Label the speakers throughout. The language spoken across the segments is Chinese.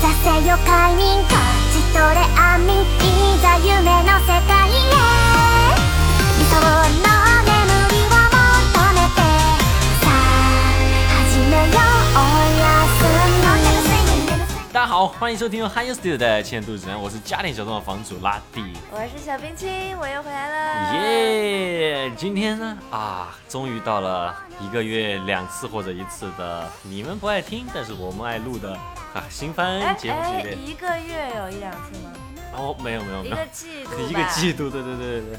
Speaker 1: ざせよ解任勝ち取れ安眠いざ夢の世界へ理想の眠りを求めてさあ始めようおやすみ
Speaker 2: 大家好，欢迎收听由 Hi Studio 的千人度指南，我是家庭小众的房主拉蒂。
Speaker 3: 我是小冰清，我又回来了。
Speaker 2: 耶、今天呢啊，终于到了一个月两次或者一次的你们不爱听，但是我们爱录的啊新番
Speaker 3: 哎
Speaker 2: 节目
Speaker 3: 哎
Speaker 2: 系，列。
Speaker 3: 一个月有一两次吗？
Speaker 2: 哦，没有没有没
Speaker 3: 一
Speaker 2: 有
Speaker 3: 个，季度吧。
Speaker 2: 一个季度，对对对对对，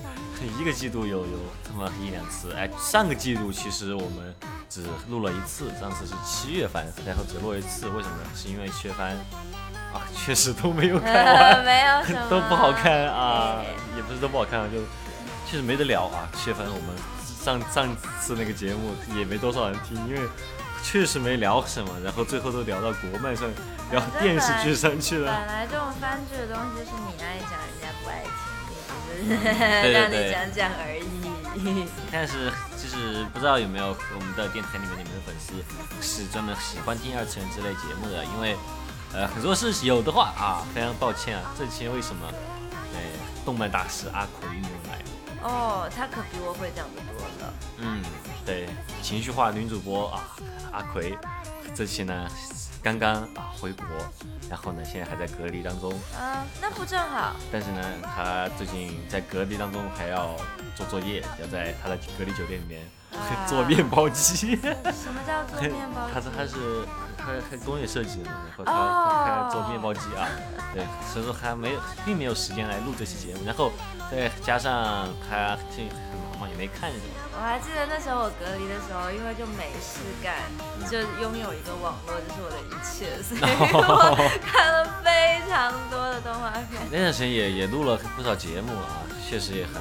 Speaker 2: 一个季度有有这么一两次。哎，上个季度其实我们只录了一次，上次是七月番，然后只录一次，为什么呢？是因为缺番啊，确实都没有看完。
Speaker 3: 没有什么。
Speaker 2: 都不好看啊
Speaker 3: 哎，
Speaker 2: 也不是都不好看啊，就确实没得聊啊。切反正我们上上次那个节目也没多少人听，因为确实没聊什么，然后最后都聊到国漫上，聊
Speaker 3: 真
Speaker 2: 电
Speaker 3: 的啊
Speaker 2: 视剧上去
Speaker 3: 本
Speaker 2: 了。
Speaker 3: 来这种番剧的东西是你爱讲，人家不爱听，只 是
Speaker 2: 嗯对
Speaker 3: 让
Speaker 2: 对
Speaker 3: 你讲讲 而已。
Speaker 2: 但是就是不知道有没有我们的电台里面你们的粉丝是专门喜欢听二次元之类节目的，因为呃，若是有的话啊，非常抱歉啊，这期为什么？呃，动漫大师阿奎没有来。
Speaker 3: 哦，他可比我会讲的多了。
Speaker 2: 嗯，对，情绪化女主播啊，阿奎，这期呢刚刚啊回国，然后呢现在还在隔离当中，
Speaker 3: 啊，那不正好？
Speaker 2: 但是呢她最近在隔离当中还要做作业，要在她的隔离酒店里面
Speaker 3: 啊
Speaker 2: 做面包机，
Speaker 3: 什么叫做面包
Speaker 2: 她
Speaker 3: 机
Speaker 2: 是？她是她她工业设计的嘛，然后她
Speaker 3: 哦
Speaker 2: 她还要做面包机啊，对，所以说还没有并没有时间来录这期节目，然后再加上她最近很忙嘛，也没看什么。
Speaker 3: 我还记得那时候我隔离的时候，因为就没事干，就拥有一个网络，就是我的一切，所以 我看了非常多的动画 片。
Speaker 2: 那段时间也也录了不少节目啊，确实也很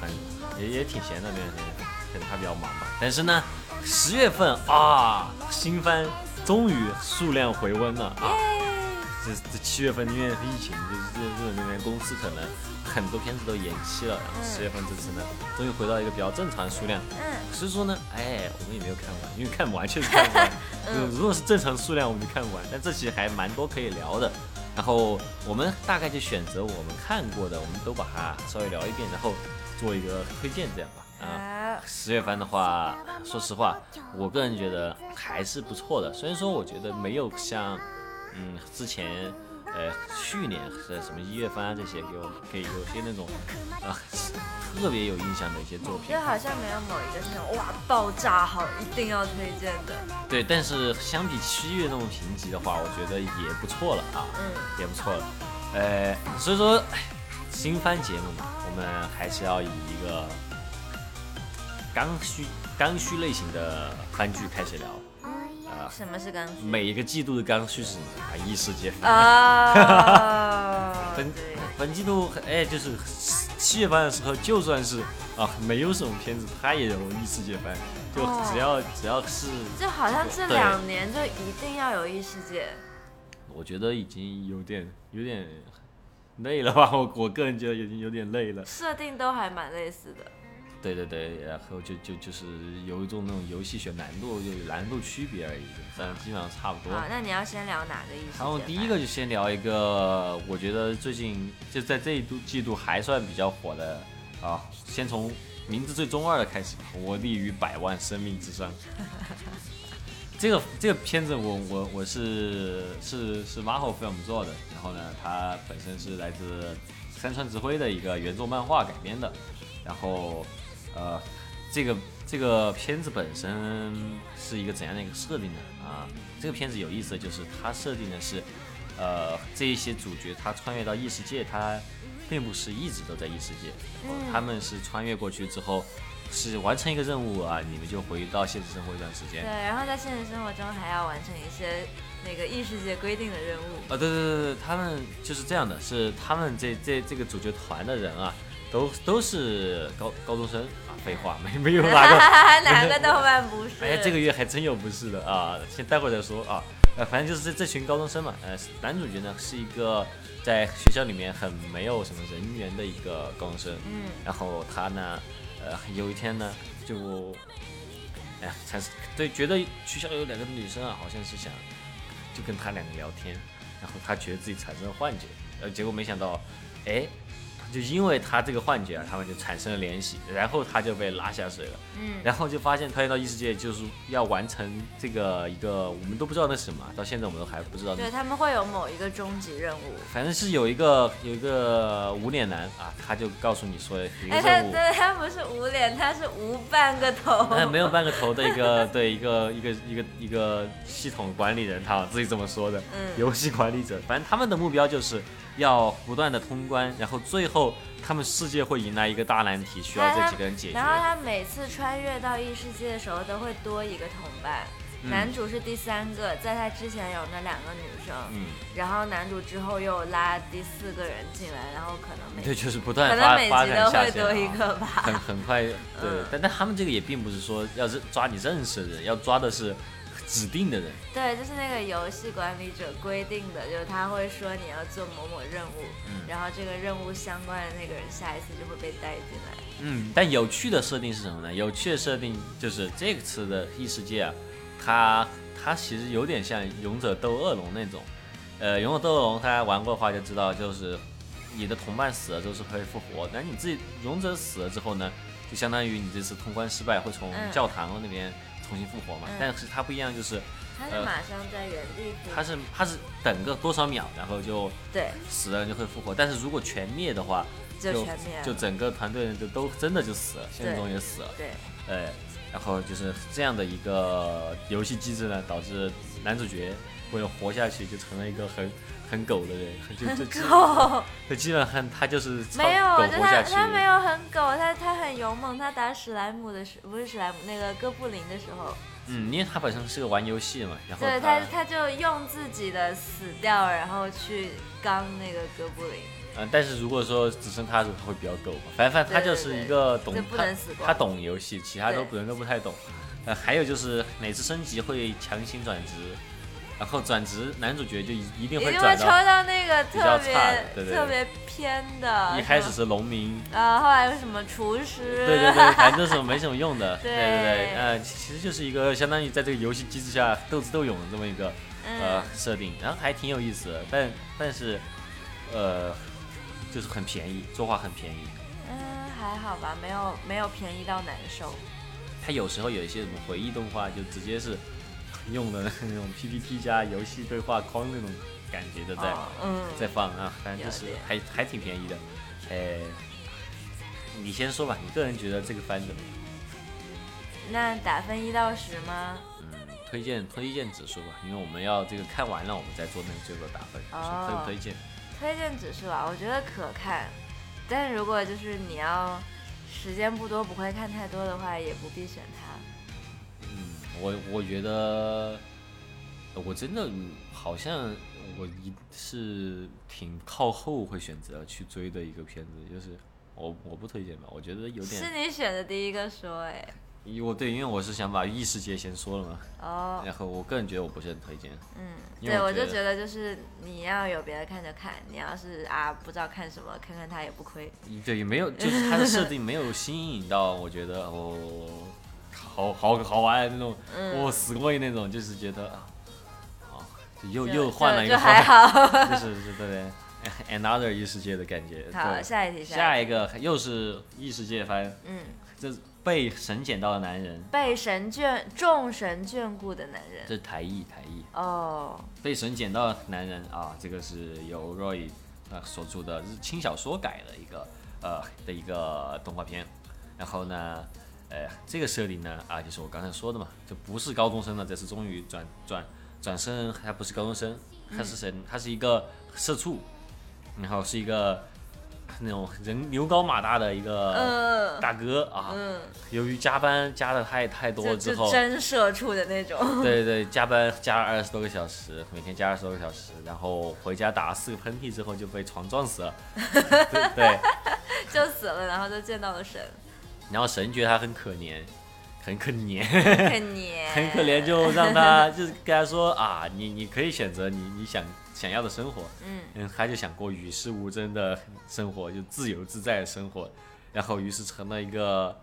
Speaker 2: 很很也也挺闲的那段时间，可能他比较忙吧。但是呢，十月份啊，新番终于数量回温了啊。
Speaker 3: 哎
Speaker 2: 这这七月份因为疫情，就是这这里面公司可能很多片子都延期了，然后
Speaker 3: 嗯
Speaker 2: 十月份这次呢，终于回到一个比较正常的数量。
Speaker 3: 嗯，
Speaker 2: 所以说呢，哎，我们也没有看完，因为看不完确实看不完。嗯，如果是正常数量，我们就看不完。但这期还蛮多可以聊的。然后我们大概就选择我们看过的，我们都把它稍微聊一遍，然后做一个推荐，这样吧。啊，
Speaker 3: 啊，
Speaker 2: 十月番的话，说实话，我个人觉得还是不错的。虽然说我觉得没有像，嗯，之前，呃，去年的什么一月番啊这些，给我给有些那种，啊，特别有印象的一些作品
Speaker 3: 就。好像没有某一个是那种哇爆炸好，一定要推荐的。
Speaker 2: 对，但是相比七月那种评级的话，我觉得也不错了啊，
Speaker 3: 嗯，
Speaker 2: 也不错了。呃，所以说哎新番节目嘛，我们还是要以一个刚需刚需类型的番剧开始聊。呃，
Speaker 3: 什么是刚需？
Speaker 2: 每一个季度的刚需是什么啊？异世界番。，
Speaker 3: 啊
Speaker 2: 本
Speaker 3: 对，
Speaker 2: 本季度哎，就是七月番的时候，就算是啊没有什么片子，它也有异世界番，就
Speaker 3: 哦
Speaker 2: 只要、只要是
Speaker 3: 就好像这
Speaker 2: 对
Speaker 3: 两年就一定要有异世界。
Speaker 2: 我觉得已经有点有点累了吧，我我个人觉得已经有点累了。
Speaker 3: 设定都还蛮类似的，
Speaker 2: 对对对，然后就就就是有一种那种游戏选难度，就难度区别而已，但基本上差不多。
Speaker 3: 好，那你要先聊哪个异世界
Speaker 2: 然
Speaker 3: 吧？
Speaker 2: 后第一个就先聊一个，我觉得最近就在这一度季度还算比较火的啊，先从名字最中二的开始，我立于百万生命之上。 这个这个片子我我我是是是 Marvel Film 做的，然后呢，它本身是来自山川直辉的一个原作漫画改编的，然后呃，这个这个片子本身是一个怎样的一个设定呢？啊，这个片子有意思的就是它设定的是，呃，这一些主角他穿越到异世界，他并不是一直都在异世界，然后他们是穿越过去之后。是完成一个任务啊，你们就回到现实生活一段时间
Speaker 3: 对，，然后在现实生活中还要完成一些那个异世界规定的任务。
Speaker 2: 啊，对对对对，他们就是这样的，是他们这这这个主角团的人啊，都都是高高中生啊，废话，没没有哪 个
Speaker 3: 哪个动漫不是？
Speaker 2: 哎，这个月还真有不是的啊，先待会儿再说啊。呃，反正就是这这群高中生嘛，呃，男主角呢是一个在学校里面很没有什么人缘的一个高中生，
Speaker 3: 嗯，
Speaker 2: 然后他呢，呃，有一天呢就，哎、产生对觉得学校有两个女生啊，好像是想就跟他两个聊天，然后他觉得自己产生了幻觉，呃，结果没想到，哎，就因为他这个幻觉啊，他们就产生了联系，然后他就被拉下水了。
Speaker 3: 嗯，
Speaker 2: 然后就发现穿越到异世界就是要完成这个一个我们都不知道那是什么，到现在我们都还不知道那是
Speaker 3: 对他们会有某一个终极任务。
Speaker 2: 反正是有一个有一个无脸男啊，他就告诉你说有一个
Speaker 3: 哎，他
Speaker 2: 任务，
Speaker 3: 对他不是无脸，他是无半个头。
Speaker 2: 哎，没有半个头的一个对一个一个一个一个系统管理人，他好像自己这么说的，
Speaker 3: 嗯
Speaker 2: 游戏管理者，反正他们的目标就是要不断的通关，然后最后他们世界会迎来一个大难题，需要这几个人解决
Speaker 3: 然。后哎他每次穿越到异世界的时候，都会多一个同伴。
Speaker 2: 嗯
Speaker 3: 男主是第三个，在他之前有那两个女生，
Speaker 2: 嗯，
Speaker 3: 然后男主之后又拉第四个人进来，然后可能每
Speaker 2: 对，就是不
Speaker 3: 可
Speaker 2: 断
Speaker 3: 能
Speaker 2: 发
Speaker 3: 每
Speaker 2: 发
Speaker 3: 集
Speaker 2: 展
Speaker 3: 都
Speaker 2: 下
Speaker 3: 会
Speaker 2: 去
Speaker 3: 多一
Speaker 2: 啊。
Speaker 3: 个吧。
Speaker 2: 很很 快，
Speaker 3: 嗯
Speaker 2: 对，但但他们这个也并不是说要认抓你认识的人，要抓的是指定的人，
Speaker 3: 对，就是那个游戏管理者规定的，就是他会说你要做某某任务，
Speaker 2: 嗯
Speaker 3: 然后这个任务相关的那个人下一次就会被带进来。
Speaker 2: 嗯，但有趣的设定是什么呢？有趣的设定就是这次的异世界啊，它它其实有点像《勇者斗恶龙》那种。呃，《勇者斗恶龙》大家玩过的话就知道，就是你的同伴死了之后是可以复活，但你自己勇者死了之后呢，就相当于你这次通关失败会从
Speaker 3: 嗯
Speaker 2: 教堂那边重新复活嘛。
Speaker 3: 嗯
Speaker 2: 但是它不一样，就是
Speaker 3: 他是
Speaker 2: 呃
Speaker 3: 马上在原地复活，
Speaker 2: 它是它是等个多少秒，然后就
Speaker 3: 对，
Speaker 2: 死了就会复活。但是如果全灭的话，
Speaker 3: 就
Speaker 2: 就
Speaker 3: 全面
Speaker 2: 就整个团队就都真的就死了，现实中也死了。
Speaker 3: 对，
Speaker 2: 呃，然后就是这样的一个游戏机制呢，导致男主角为了活下去，就成了一个很很狗的人，就就 就
Speaker 3: 狗
Speaker 2: 就基本上他就是操
Speaker 3: 哦没有，
Speaker 2: 狗
Speaker 3: 我觉得
Speaker 2: 活
Speaker 3: 他
Speaker 2: 下去。
Speaker 3: 他没有很狗，他他很勇猛，他打史莱姆的时不是史莱姆那个哥布林的时候，
Speaker 2: 嗯，因为他本身是个玩游戏嘛，然后
Speaker 3: 对
Speaker 2: 他
Speaker 3: 他他就用自己的死掉，然后去刚那个哥布林，
Speaker 2: 嗯，但是如果说只剩他的时候，他会比较狗嘛。反正反正他就是一个懂
Speaker 3: 对对对这不
Speaker 2: 他
Speaker 3: 能死光
Speaker 2: 他懂游戏，其他都
Speaker 3: 对嗯
Speaker 2: 人都不太懂。呃，还有就是每次升级会强行转职，然后转职男主角就一一定
Speaker 3: 一
Speaker 2: 会
Speaker 3: 定会
Speaker 2: 转
Speaker 3: 抽
Speaker 2: 到
Speaker 3: 到那个
Speaker 2: 比较
Speaker 3: 特
Speaker 2: 差的
Speaker 3: 别
Speaker 2: 对对对
Speaker 3: 特别偏的，
Speaker 2: 一开始是农民，
Speaker 3: 啊，后来有什么厨师，
Speaker 2: 对对对，反正是没什么用 的。
Speaker 3: 对
Speaker 2: 对对，呃，其其实就是一个相当于在这个游戏机制下斗智斗勇的这么一个呃
Speaker 3: 嗯，
Speaker 2: 设定，然后还挺有意思的，但但是呃就是很便宜，作画很便宜。
Speaker 3: 嗯还好吧，没有没有便宜到难受，
Speaker 2: 它有时候有一些什么回忆动画，就直接是用的那种 PPT 加游戏对话框那种感觉的在、
Speaker 3: 哦嗯，
Speaker 2: 在放啊，反正就是
Speaker 3: 有点
Speaker 2: 还还挺便宜的。哎，你先说吧，你个人觉得这个番怎么样？
Speaker 3: 那打分一到十吗？
Speaker 2: 嗯推荐推荐指数吧，因为我们要这个看完了，我们再做那个最后打分，
Speaker 3: 哦
Speaker 2: 说推不推荐？
Speaker 3: 推荐指数啊，我觉得可看，但如果就是你要时间不多，不会看太多的话，也不必选它。
Speaker 2: 嗯，我我觉得呃我真的好像我一是挺靠后会选择去追的一个片子，就是我我不推荐吧，我觉得有
Speaker 3: 是
Speaker 2: 点，
Speaker 3: 你选的第一个说哎、
Speaker 2: 因为我对，因为我是想把异世界先说了嘛，
Speaker 3: 哦，
Speaker 2: 然后我个人觉得我不是很推荐，
Speaker 3: 嗯，
Speaker 2: 因为
Speaker 3: 对，
Speaker 2: 我
Speaker 3: 我
Speaker 2: 觉
Speaker 3: 就
Speaker 2: 得
Speaker 3: 觉得就是你要有别的看就看，你要是啊不知道看什么，看看它也不亏。
Speaker 2: 对，没有，就是它的设定没有新颖到，我觉得哦，好好好玩那种，
Speaker 3: 嗯
Speaker 2: 我死过瘾那种，就是觉得啊，哦，就又
Speaker 3: 就
Speaker 2: 又换了一
Speaker 3: 就
Speaker 2: 个
Speaker 3: 就 还
Speaker 2: 方
Speaker 3: 好。
Speaker 2: 向，就是是对对，another 异世界的感觉。
Speaker 3: 好，
Speaker 2: 对
Speaker 3: 下一题，
Speaker 2: 下
Speaker 3: 一题，
Speaker 2: 一个又是异世界番，
Speaker 3: 嗯，
Speaker 2: 这是被神捡到的男人，
Speaker 3: 被神眷众神眷顾的男人。
Speaker 2: 这是台译台译，
Speaker 3: 哦，
Speaker 2: 被神捡到的男人啊，这个是由 Roy 呃所著的是轻小说改的一个呃的一个动画片。然后呢，呃，这个设定呢啊，就是我刚才说的嘛，就不是高中生了，这次终于转转转身，还不是高中生，他是神，他是一个社畜，然后是一个那种人牛高马大的一个
Speaker 3: 嗯
Speaker 2: 大哥啊。
Speaker 3: 嗯，
Speaker 2: 由于加班加的太太多
Speaker 3: 就
Speaker 2: 了之后
Speaker 3: 就，真社畜的那种。
Speaker 2: 对对，加班加了二十多个小时，每天加二十多个小时，然后回家打了四个喷嚏之后就被床撞死了。对对，
Speaker 3: 就死了，然后就见到 了神，
Speaker 2: 然后神觉得他很可怜，很可怜，
Speaker 3: 很黏，
Speaker 2: 很可怜，就让他就是跟他说啊，你你可以选择你你想想要的生活，
Speaker 3: 嗯
Speaker 2: 嗯，他就想过与世无争的生活，就自由自在的生活，然后于是成了一个。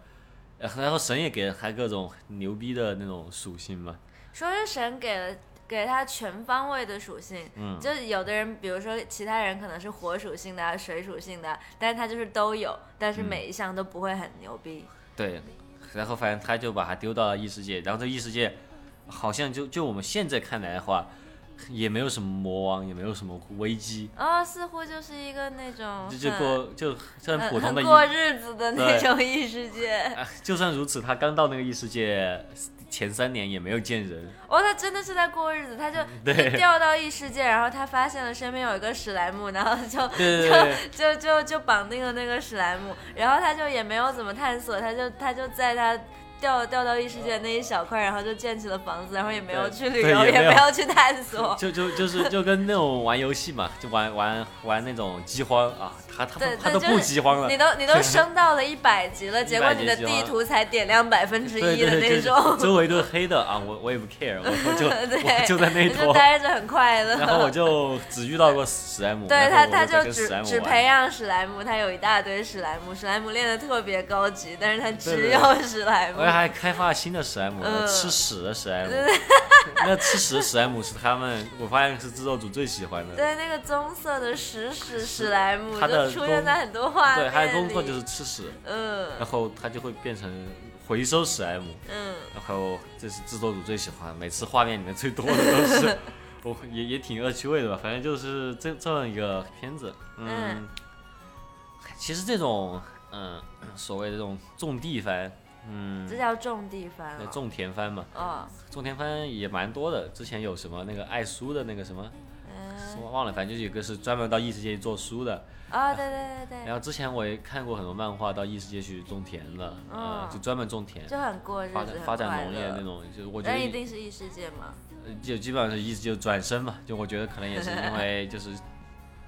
Speaker 2: 然后神也给了他各种牛逼的那种属性嘛，
Speaker 3: 说是神给了给它全方位的属性。
Speaker 2: 嗯
Speaker 3: 就是有的人，比如说其他人可能是火属性的、啊、水属性的啊，但是他就是都有，但是每一项都不会很牛逼。
Speaker 2: 对，然后反正他就把它丢到了异世界，然后这异世界好像就就我们现在看来的话，也没有什么魔王，也没有什么危机，
Speaker 3: 哦，似乎就是一个那种
Speaker 2: 就就
Speaker 3: 很
Speaker 2: 过就很
Speaker 3: 很
Speaker 2: 普通的
Speaker 3: 很
Speaker 2: 一
Speaker 3: 过日子的那
Speaker 2: 对
Speaker 3: 种异世界。
Speaker 2: 啊就算如此，他刚到那个异世界前三年也没有见人，
Speaker 3: 哦，他真的是在过日子，他就
Speaker 2: 嗯对
Speaker 3: 就掉到异世界，然后他发现了身边有一个史莱姆，然后就
Speaker 2: 对对对
Speaker 3: 就就就就绑定了那个史莱姆，然后他就也没有怎么探索，他就他就在他。掉掉到异世界那一小块，然后就建起了房子，然后也没有
Speaker 2: 对
Speaker 3: 去旅
Speaker 2: 对
Speaker 3: 游，
Speaker 2: 也
Speaker 3: 也
Speaker 2: 没有
Speaker 3: 没有去探索。
Speaker 2: 就就就是就跟那种玩游戏嘛，就玩玩玩那种饥荒啊，他他
Speaker 3: 对，
Speaker 2: 他
Speaker 3: 对
Speaker 2: 都
Speaker 3: 就是
Speaker 2: 不饥荒了
Speaker 3: 你，都你都升到了一百 级了，结果你的
Speaker 2: 级饥
Speaker 3: 地
Speaker 2: 荒
Speaker 3: 图才点亮百分之
Speaker 2: 对
Speaker 3: 一的
Speaker 2: 对
Speaker 3: 那
Speaker 2: 对，就
Speaker 3: 种
Speaker 2: 是。周围都是黑的啊，我我也不 care，我我就
Speaker 3: 对，
Speaker 2: 我就在那一
Speaker 3: 你就
Speaker 2: 坨。
Speaker 3: 待着很快 乐。
Speaker 2: 然后我就只遇到过史莱姆，
Speaker 3: 对
Speaker 2: 然后
Speaker 3: 他，
Speaker 2: 我在
Speaker 3: 他就
Speaker 2: 跟
Speaker 3: 只
Speaker 2: 史莱姆
Speaker 3: 只
Speaker 2: 玩
Speaker 3: 培养史莱姆，他有一大堆史莱姆，史莱姆练得特别高级，但是他只
Speaker 2: 对
Speaker 3: 有史莱姆
Speaker 2: 我。还开发了新的史莱姆，
Speaker 3: 嗯
Speaker 2: 吃屎的史莱姆。 那吃屎的史莱姆是他们，我发现是制作组最喜欢的。
Speaker 3: 对，那个棕色的石屎史莱姆
Speaker 2: 他
Speaker 3: 就
Speaker 2: 的
Speaker 3: 出现在很多画面
Speaker 2: 对，
Speaker 3: 里。
Speaker 2: 他的工
Speaker 3: 啊
Speaker 2: 作就是吃屎，
Speaker 3: 嗯
Speaker 2: 然后他就会变成回收史莱姆，
Speaker 3: 嗯，
Speaker 2: 然后这是制作组最喜欢，每次画面里面最多的都 是，我也也挺恶趣味的吧，反正就是这这样一个片子。嗯
Speaker 3: 嗯，
Speaker 2: 其实这种嗯所谓的这种种地番，嗯
Speaker 3: 这，叫种地番
Speaker 2: 那
Speaker 3: 啊。
Speaker 2: 种田番嘛。
Speaker 3: 哦，
Speaker 2: 种田番也蛮多的，之前有什么那个爱书的那个什么，
Speaker 3: 嗯，
Speaker 2: 我忘了，反正就是有个是专门到异世界去做书的。
Speaker 3: 哦，对对对
Speaker 2: 然
Speaker 3: 对，
Speaker 2: 后之前我也看过很多漫画到异世界去种田的，
Speaker 3: 嗯
Speaker 2: 呃，就专门种田，
Speaker 3: 就很过日子，
Speaker 2: 发展发
Speaker 3: 很快
Speaker 2: 展农业
Speaker 3: 乐
Speaker 2: 那。种，就我觉
Speaker 3: 但一
Speaker 2: 得
Speaker 3: 定是异世界嘛？
Speaker 2: 呃就基本上是意思就转身嘛，就我觉得可能也是因 为就是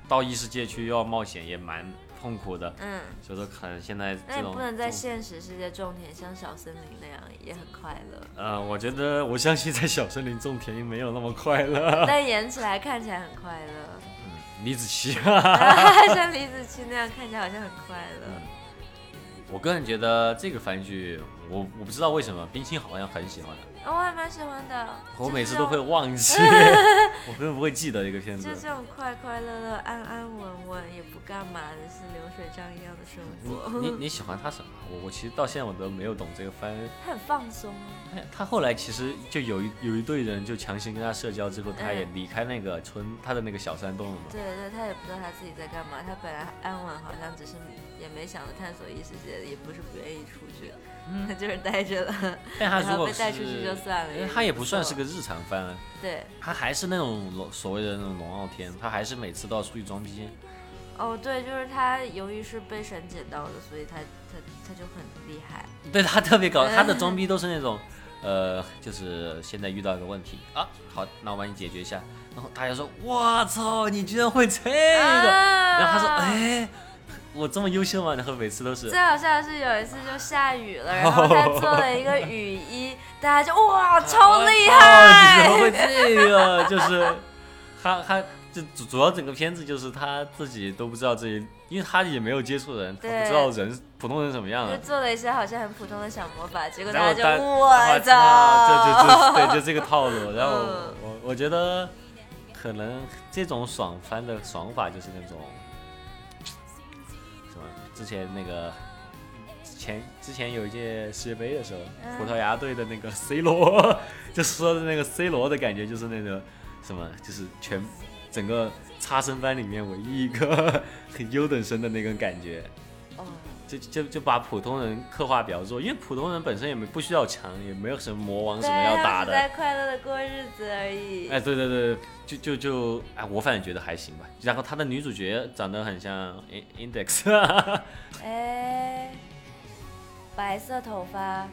Speaker 2: 到异世界去要冒险也蛮痛苦的，
Speaker 3: 嗯，
Speaker 2: 所以说可能现在
Speaker 3: 那
Speaker 2: 这
Speaker 3: 你
Speaker 2: 种
Speaker 3: 不能在
Speaker 2: 种
Speaker 3: 现实世界种田，像小森林那样也很快 乐。
Speaker 2: 呃，我觉得我相信在小森林种田没有那么快乐。
Speaker 3: 但演起来看起来很快乐。
Speaker 2: 李子柒啊。
Speaker 3: 像李子柒那样看起来好像很快乐。
Speaker 2: 嗯我个人觉得这个番剧，我我不知道为什么冰心好像很喜欢，
Speaker 3: 哦我还蛮喜欢的，
Speaker 2: 我每次都会
Speaker 3: 就
Speaker 2: 忘记， 我根本不会记得这个片
Speaker 3: 这
Speaker 2: 子
Speaker 3: 种。就这种快快乐乐、安安稳稳，也不干嘛的，是流水账一样的生
Speaker 2: 你
Speaker 3: 活，
Speaker 2: 你你喜欢他什么？我我其实到现在我都没有懂这个番。
Speaker 3: 他很放松。啊
Speaker 2: 他他后来其实就有一有一队人就强行跟他社交，之后他
Speaker 3: 嗯
Speaker 2: 也离开那个村，他的那个小山洞了嘛。
Speaker 3: 对对，他也不知道他自己在干嘛，他本来安稳，好像只是也没想着探索异世界，也不是不愿意出去，他 就是待 着了。
Speaker 2: 但他嗯如
Speaker 3: 然后
Speaker 2: 果
Speaker 3: 被
Speaker 2: 是
Speaker 3: 带出去就算了
Speaker 2: 因为
Speaker 3: 也
Speaker 2: 他也
Speaker 3: 不
Speaker 2: 不算
Speaker 3: 错
Speaker 2: 是个日常番啊，
Speaker 3: 对，
Speaker 2: 他还是那种龙所谓的那种龙傲天，他还是每次都要出去装逼。
Speaker 3: 哦对，就是他由于是被神解到的，所以他他他就很厉害。
Speaker 2: 对他特别 搞，他的装逼都是那种，呃，就是现在遇到一个问题啊，好，那我帮你解决一下。然后大家说，我操，你居然会这个？
Speaker 3: 啊
Speaker 2: 然后他说，哎，我这么优秀吗？然后每次都是
Speaker 3: 最好笑的是有一次就下 雨了，然后他做了一个雨衣，大家就哇超厉
Speaker 2: 啊你怎么
Speaker 3: 害，
Speaker 2: 会这个？就是他他就主主要整个片子就是他自己都不知道自己，因为他也没有接触人，他不知道人普通人怎么样
Speaker 3: 就
Speaker 2: 啊。
Speaker 3: 做了一些好像很普通的小魔法，结果
Speaker 2: 然
Speaker 3: 大
Speaker 2: 后
Speaker 3: 家
Speaker 2: 大
Speaker 3: 就嗯我
Speaker 2: 啊
Speaker 3: 操，
Speaker 2: 对对对，对，就这个套 路。然后
Speaker 3: 嗯
Speaker 2: 我我觉得，可能这种爽翻的爽法就是那种，什么之前那个。之前之前有一届世界杯的时候，
Speaker 3: 嗯
Speaker 2: 葡萄牙队的那个 C 罗， 就是说的那个 C 罗的感觉，就是那个什么，就是全整个差生班里面唯一一个 很优等生的那种感觉。
Speaker 3: 哦
Speaker 2: 就就就把普通人刻画比较弱，因为普通人本身也没不需要强，也没有什么魔王什
Speaker 3: 对，
Speaker 2: 么要
Speaker 3: 他
Speaker 2: 打
Speaker 3: 们只
Speaker 2: 的。
Speaker 3: 在快乐的过日子而已。
Speaker 2: 哎，对对对，就就就哎，我反正觉得还行吧。然后她的女主角长得很像 In- Index，
Speaker 3: 哎，白色头发，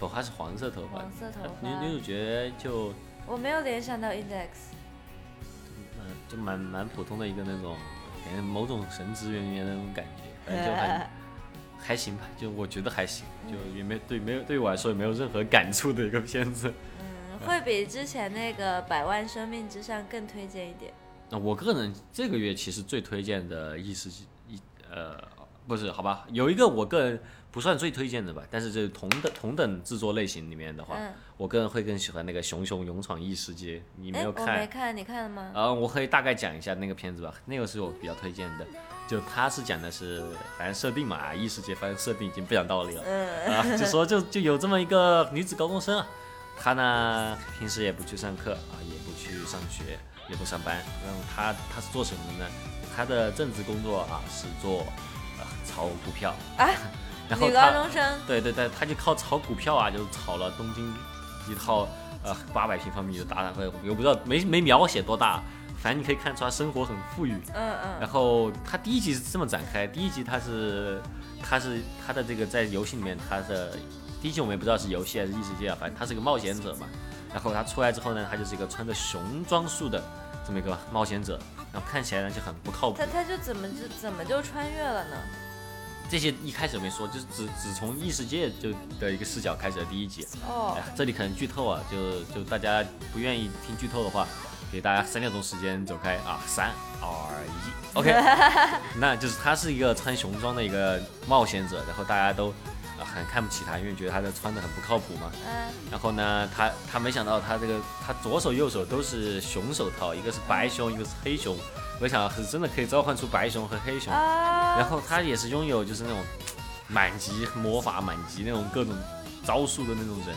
Speaker 2: 头哦发是黄色头发，
Speaker 3: 黄色头
Speaker 2: 女
Speaker 3: 发
Speaker 2: 女主角就
Speaker 3: 我没有联想到 Index，
Speaker 2: 嗯、就蛮蛮普通的一个那种，感觉某种神职人员的那种感觉，反正就 很还行吧，就我觉得还行，就也没对没有对我来说也没有任何感触的一个片子。
Speaker 3: 嗯，会比之前那个《百万生命之上》更推荐一点。
Speaker 2: 那我个人这个月其实最推荐的异世界，一呃不是，好吧，有一个我个人不算最推荐的吧，但是这同等同等制作类型里面的话，
Speaker 3: 嗯
Speaker 2: 我个人会更喜欢那个《熊熊勇闯异世界》，你没
Speaker 3: 哎
Speaker 2: 有
Speaker 3: 我
Speaker 2: 看？
Speaker 3: 没看，你看了吗？
Speaker 2: 呃，我可以大概讲一下那个片子吧，那个是我比较推荐的，就它是讲的是反正设定嘛，啊异世界反正设定已经不讲道理了，
Speaker 3: 嗯
Speaker 2: 啊，就说就就有这么一个女子高中生啊，她呢平时也不去上课啊，也不去上学，也不上班，然后她她是做什么的呢？她的正职工作啊是做呃炒股票，
Speaker 3: 啊，
Speaker 2: 然后
Speaker 3: 女高
Speaker 2: 她
Speaker 3: 中生，
Speaker 2: 对对对，他就靠炒股票啊，就是炒了东京一套呃八百平方米的大单位，我不知道没没描写多大，反正你可以看出他生活很富裕。
Speaker 3: 嗯嗯
Speaker 2: 然后他第一集是这么展开，第一集他是他是他的这个在游戏里面他的第一集我们也不知道是游戏还是异世界啊，反正他是个冒险者嘛。然后他出来之后呢，他就是一个穿着熊装束的这么一个冒险者，然后看起来呢就很不靠谱
Speaker 3: 他。他就怎么就怎么就穿越了呢？
Speaker 2: 这些一开始没说，就是只只从异世界就的一个视角开始的第一集。
Speaker 3: 哦
Speaker 2: 哎，呀，这里可能剧透啊，就就大家不愿意听剧透的话，给大家三秒钟时间走开啊，三二一，OK，那就是他是一个穿熊装的一个冒险者，然后大家都呃很看不起他，因为觉得他的穿的很不靠谱嘛。
Speaker 3: 嗯
Speaker 2: 然后呢，他他没想到他这个他左手右手都是熊手套，一个是白熊，一个是黑熊，没想到是真的可以召唤出白熊和黑熊。
Speaker 3: 啊，
Speaker 2: 然后他也是拥有就是那种满级魔法、满级那种各种招数的那种人，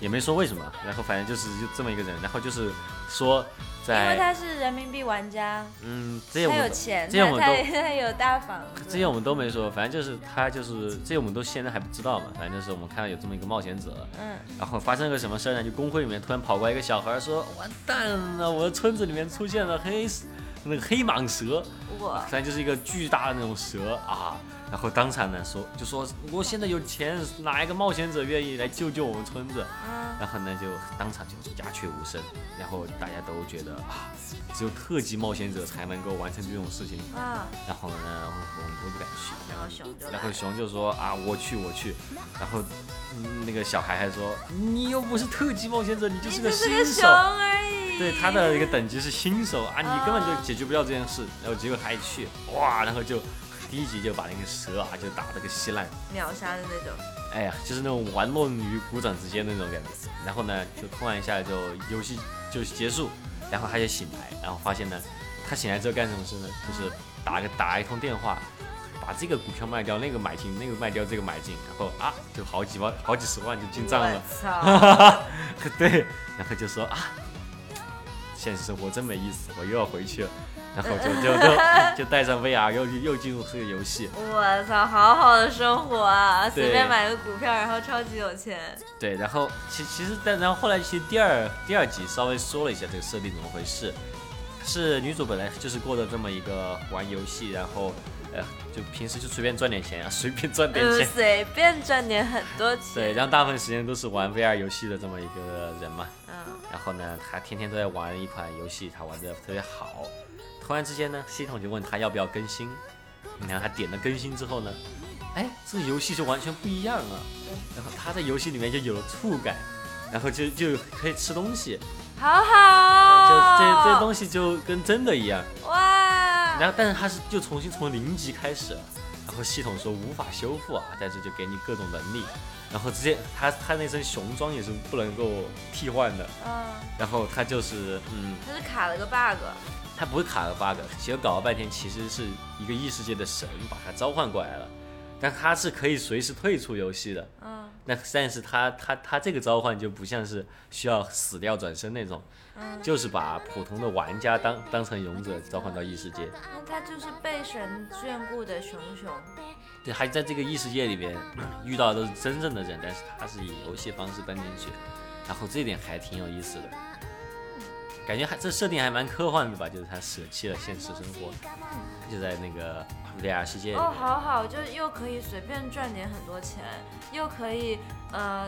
Speaker 2: 也没说为什么。然后反正就是就这么一个人。然后就是说
Speaker 3: 因
Speaker 2: 在
Speaker 3: 为他是人民币玩家，
Speaker 2: 嗯，这些我
Speaker 3: 他有
Speaker 2: 们
Speaker 3: 钱，
Speaker 2: 这些
Speaker 3: 他
Speaker 2: 我们
Speaker 3: 他
Speaker 2: 都
Speaker 3: 他有大房
Speaker 2: 这
Speaker 3: 子，
Speaker 2: 些我们都没说，反正就是他就是这些我们都现在还不知道嘛。反正就是我们看到有这么一个冒险者，
Speaker 3: 嗯，
Speaker 2: 然后发生了个什么事儿呢？就工会里面突然跑过来一个小孩儿说：“完蛋了，我的村子里面出现了黑那个黑蟒蛇。”
Speaker 3: 我
Speaker 2: 反正啊就是一个巨大的那种蛇啊，然后当场呢说就说我现在有钱，哪一个冒险者愿意来救救我们村子？
Speaker 3: 嗯
Speaker 2: 然后呢就当场就鸦雀无声，然后大家都觉得啊，只有特级冒险者才能够完成这种事情。
Speaker 3: 啊，
Speaker 2: 然后呢，我们都不敢去。
Speaker 3: 然后熊就来
Speaker 2: 然后熊就说啊，我去，我去。然后、嗯那个小孩还说，你又不是特级冒险者，你就
Speaker 3: 你
Speaker 2: 是
Speaker 3: 只
Speaker 2: 个
Speaker 3: 是
Speaker 2: 新
Speaker 3: 个
Speaker 2: 手
Speaker 3: 熊。而已，
Speaker 2: 对他的一个等级是新手啊，
Speaker 3: 啊
Speaker 2: 你根本就解决不了这件事。然后结果他一去，哇，然后就第一集就把那个蛇啊就打了个稀烂，
Speaker 3: 秒杀的那种，
Speaker 2: 哎呀，就是那种玩弄于股掌之间那种感觉。然后呢，就突然一下就游戏就结束，然后他就醒来，然后发现呢，他醒来之后干什么事呢？就是打个打一通电话。把这个股票卖掉，那个买进，那个卖掉，这个买进，然后啊，就好几万、好几十万就进账 了。
Speaker 3: 我操，
Speaker 2: 对，然后就说啊，现实生活真没意思，我又要回去了。然后就就就就带上 VR 又又进入这个游戏，
Speaker 3: 我操，好好的生活啊，
Speaker 2: 对
Speaker 3: 随便买个股票，然后超级有钱，
Speaker 2: 对，然后其其实但然后后来其实第二第二集稍微说了一下这个设定怎么回事，是女主本来就是过着这么一个玩游戏，然后呃就平时就随便赚点钱啊，随便赚点
Speaker 3: 就
Speaker 2: 钱，
Speaker 3: 呃随便赚点很多
Speaker 2: 对，
Speaker 3: 钱，
Speaker 2: 然后大部分时间都是玩 VR 游戏的这么一个人嘛，
Speaker 3: 嗯，
Speaker 2: 然后呢，他天天都在玩一款游戏，他玩的特别好。突然之间呢，系统就问他要不要更新，然后他点了更新之后呢，哎，这个游戏就完全不一样了。然后他在游戏里面就有了触感，然后就就可以吃东西，
Speaker 3: 好
Speaker 2: 就这
Speaker 3: 好，
Speaker 2: 这
Speaker 3: 西，
Speaker 2: 东西就跟真的一样。
Speaker 3: 哇，
Speaker 2: 然后，但是他是就重新从零级开始，然后系统说无法修复啊，但是就给你各种能力，然后直接他他那身熊装也是不能够替换的，
Speaker 3: 嗯，
Speaker 2: 然后他就是嗯。
Speaker 3: 他是卡了个 bug，
Speaker 2: 他不是卡了 bug，其实搞了半天，其实是一个异世界的神把他召唤过来了，但他是可以随时退出游戏的。
Speaker 3: 嗯
Speaker 2: 那但是他他他这个召唤就不像是需要死掉转身那种，
Speaker 3: 嗯，
Speaker 2: 就是把普通的玩家当当成勇者召唤到异世界。
Speaker 3: 啊那他就是被神眷顾的熊熊，
Speaker 2: 对，还在这个异世界里边遇到的都是真正的人，但是他是以游戏方式搬进去，然后这点还挺有意思的，感觉还这设定还蛮科幻的吧，就是他舍弃了现实生活，就在那个 VR 世界里面。
Speaker 3: 哦，好好，就又可以随便赚点很多钱，又可以呃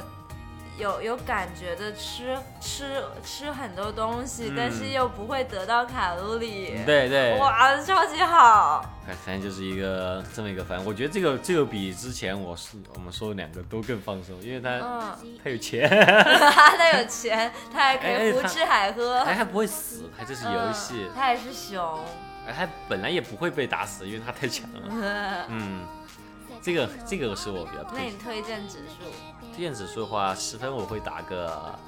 Speaker 3: 有有感觉的吃吃吃很多东西，但是又不会得到卡路里，
Speaker 2: 对嗯对，
Speaker 3: 哇，超级好，
Speaker 2: 反反正就是一个这么一个，反正我觉得这个这个比之前我是我们说的两个都更放松，因为他
Speaker 3: 嗯，
Speaker 2: 他有钱，
Speaker 3: 他有钱，他还可
Speaker 2: 哎哎
Speaker 3: 以胡
Speaker 2: 他
Speaker 3: 吃海喝嗯
Speaker 2: 哎他，还不会死，他就是游戏哎
Speaker 3: 嗯，他也是熊，
Speaker 2: 而他本来也不会被打死，因为他太强了。嗯，这个这个是我比较
Speaker 3: 那
Speaker 2: 推
Speaker 3: 你
Speaker 2: 荐。
Speaker 3: 推荐指数？
Speaker 2: 电子书的话，十分我会打个，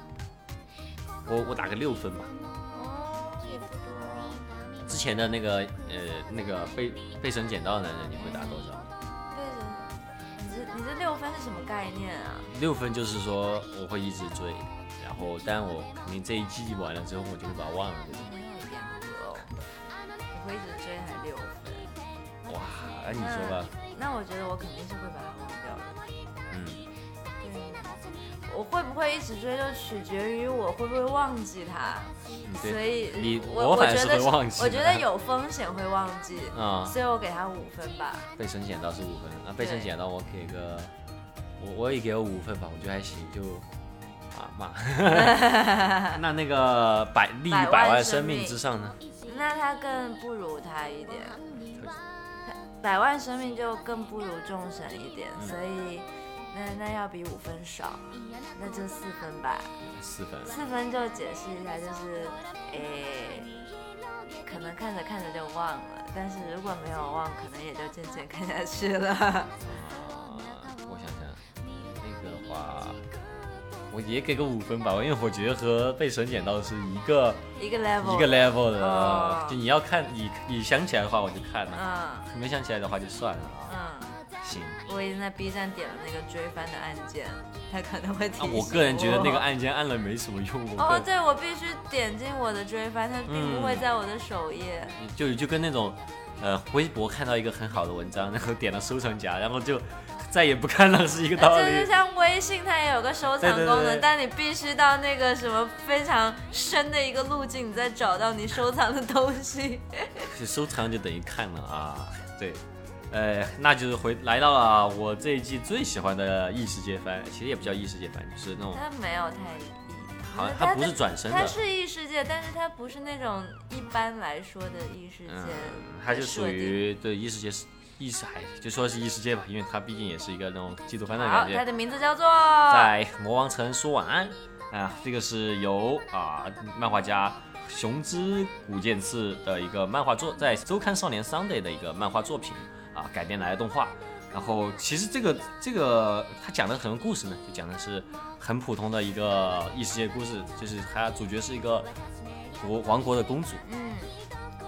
Speaker 2: 我我打个六分吧。
Speaker 3: 哦，也不多。
Speaker 2: 之前的那个呃那个被被神捡到的男人，你会打多少？
Speaker 3: 对的。你这你这六分是什么概念啊？
Speaker 2: 六分就是说我会一直追，然后但我肯定这一季完了之后我就会把它忘了。
Speaker 3: 没有一点不够。我会一直追还六分。
Speaker 2: 哇，哎你说吧，
Speaker 3: 那我觉得我肯定是会把它忘掉的。
Speaker 2: 嗯，
Speaker 3: 我会不会一直追，就取决于我会不会忘记它。
Speaker 2: 你
Speaker 3: 所
Speaker 2: 对，
Speaker 3: 以
Speaker 2: 你
Speaker 3: 我
Speaker 2: 我
Speaker 3: 我
Speaker 2: 反而
Speaker 3: 觉
Speaker 2: 是
Speaker 3: 得
Speaker 2: 会忘记
Speaker 3: 我觉得
Speaker 2: 的
Speaker 3: 有风险会忘记，
Speaker 2: 啊、
Speaker 3: 所以我给他五分吧。
Speaker 2: 被神捡到是五分，那被神
Speaker 3: 对
Speaker 2: 捡到我给个，我我也给个五分吧，我觉得还行，就啊骂。 那那个百利于
Speaker 3: 百万
Speaker 2: 百万
Speaker 3: 生
Speaker 2: 生命
Speaker 3: 命
Speaker 2: 之上呢？
Speaker 3: 那他更不如他一点，百万生命就更不如众神一点，
Speaker 2: 嗯
Speaker 3: 所以那那要比五分少，那就四分吧。
Speaker 2: 四分。
Speaker 3: 四分就解释一下，就是诶、可能看着看着就忘了，但是如果没有忘，可能也就渐渐看下去了。
Speaker 2: 啊，我想想，那个话，我也给个五分吧，因为我觉得和被神捡到是一个
Speaker 3: 一个 level，
Speaker 2: 一个 level 的，啊
Speaker 3: 哦
Speaker 2: 就你要看你你想起来的话我就看了，
Speaker 3: 嗯
Speaker 2: 没想起来的话就算了啊。
Speaker 3: 嗯。
Speaker 2: 行，
Speaker 3: 我已经在 B 站点了那个追番的按键，它可能会
Speaker 2: 啊，
Speaker 3: 提醒
Speaker 2: 我个人觉得那个按键按了没什么用，我个
Speaker 3: 哦，
Speaker 2: 人
Speaker 3: 对，我必须点进我的追番，它并不
Speaker 2: 嗯
Speaker 3: 会在我的首页。
Speaker 2: 就就跟那种，呃，微博看到一个很好的文章，然后点了收藏夹，然后就再也不看了，是一个道
Speaker 3: 这就
Speaker 2: 理。
Speaker 3: 像微信，它也有个收藏功能，
Speaker 2: 对对对
Speaker 3: 但你必须到那个什么非常深的一个路径，你再找到你收藏的东西。
Speaker 2: 就收藏就等于看了啊，对，呃，那就是回来到了我这一季最喜欢的异世界番，其实也不叫异世界番，就是那种
Speaker 3: 它没有太异，
Speaker 2: 哦好像
Speaker 3: 它
Speaker 2: 它不是转身
Speaker 3: 它
Speaker 2: 的，
Speaker 3: 是异世界，但是它不是那种一般来说的异世界
Speaker 2: 嗯
Speaker 3: 的设定、，
Speaker 2: 它就属于对异世界是异世，哎，就说是异世界吧，因为它毕竟也是一个那种季度番的
Speaker 3: 好
Speaker 2: 感，觉
Speaker 3: 它。的名字叫做
Speaker 2: 在魔王城说晚安啊，这个是由啊漫画家熊之古剑次的一个漫画作，在周刊少年 Sunday 的一个漫画作品啊改编来的动画。然后其实这个这个他讲的什么故事呢？就讲的是很普通的一个异世界故事，就是他主角是一个国王国的公主，
Speaker 3: 嗯，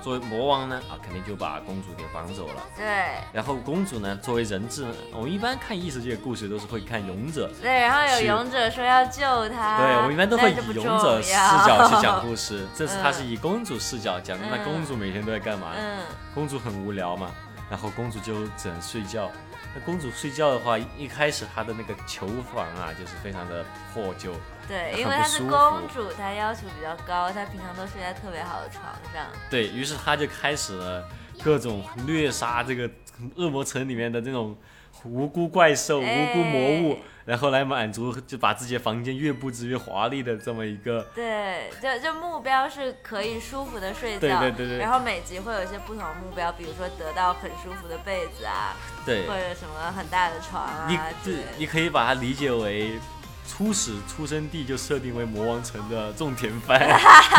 Speaker 2: 作为魔王呢啊肯定就把公主给绑走了。
Speaker 3: 对。
Speaker 2: 然后公主呢作为人质呢，我们一般看异世界故事都是会看勇者
Speaker 3: 对，然后
Speaker 2: 是
Speaker 3: 有勇者说要救他，
Speaker 2: 对，我们一般都会
Speaker 3: 但这
Speaker 2: 以
Speaker 3: 啊不
Speaker 2: 勇
Speaker 3: 重
Speaker 2: 者视
Speaker 3: 要
Speaker 2: 角去 讲。故事，这次他是
Speaker 3: 嗯
Speaker 2: 以公主视角讲，那
Speaker 3: 嗯
Speaker 2: 公主每天都在干嘛？
Speaker 3: 嗯，
Speaker 2: 公主很无聊嘛，然后公主就只能睡觉。那公主睡觉的话，一一开始她的那个囚房啊，就是非常的破旧，
Speaker 3: 对，
Speaker 2: 很
Speaker 3: 因为
Speaker 2: 不
Speaker 3: 她是
Speaker 2: 舒
Speaker 3: 公
Speaker 2: 服
Speaker 3: 主，她要求比较高，她平常都睡在特别好的床上。
Speaker 2: 对于是她就开始了各种虐杀这个恶魔城里面的这种无辜怪兽、无辜魔物
Speaker 3: 哎，
Speaker 2: 然后来满足，就把自己的房间越布置越华丽的这么一个
Speaker 3: 对，就就目标是可以舒服的睡觉，
Speaker 2: 对对对对
Speaker 3: 然后每集会有一些不同的目标，比如说得到很舒服的被子啊，
Speaker 2: 对
Speaker 3: 或者什么很大的床啊
Speaker 2: 你这
Speaker 3: 之类的。
Speaker 2: 你可以把它理解为初始出生地就设定为魔王城的种田 番。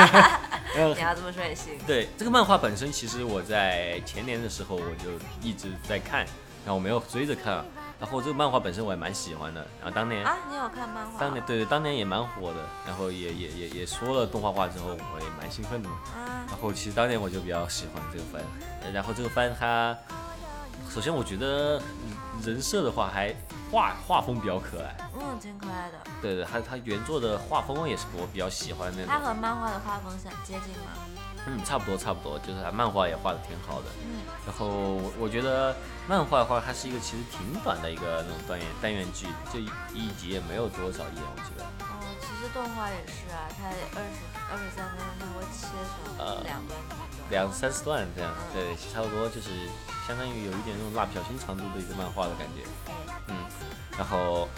Speaker 2: 嗯
Speaker 3: 你，要这么说也行。
Speaker 2: 对，这个漫画本身其实我在前年的时候我就一直在看，然后我没有追着看，然后这个漫画本身我也蛮喜欢的，然后当年。
Speaker 3: 啊，你有看漫画？
Speaker 2: 当年对，当年也蛮火的，然后也也也也说了动画化之后，我也蛮兴奋的嘛。
Speaker 3: 啊，
Speaker 2: 然后其实当年我就比较喜欢这个番，呃然后这个番它，首先我觉得嗯人设的话还画画风比较可爱，
Speaker 3: 嗯，挺可爱的。
Speaker 2: 对对，它它原作的画风也是我比较喜欢那
Speaker 3: 它
Speaker 2: 种，
Speaker 3: 和漫画的画风相接近吗？
Speaker 2: 嗯，差不多差不多，就是它漫画也画的挺好的。
Speaker 3: 嗯，
Speaker 2: 然后我我觉得漫画的话，它是一个其实挺短的一个那种单元单元剧，就一一集也没有多少页，我记得。
Speaker 3: 哦，其实动画也是啊，它二十二十三分钟，它会切成
Speaker 2: 呃
Speaker 3: 两段片段。
Speaker 2: 两三四段这样，对，差不多就是相当于有一点那种蜡笔小新长度的一个漫画的感觉，嗯，然后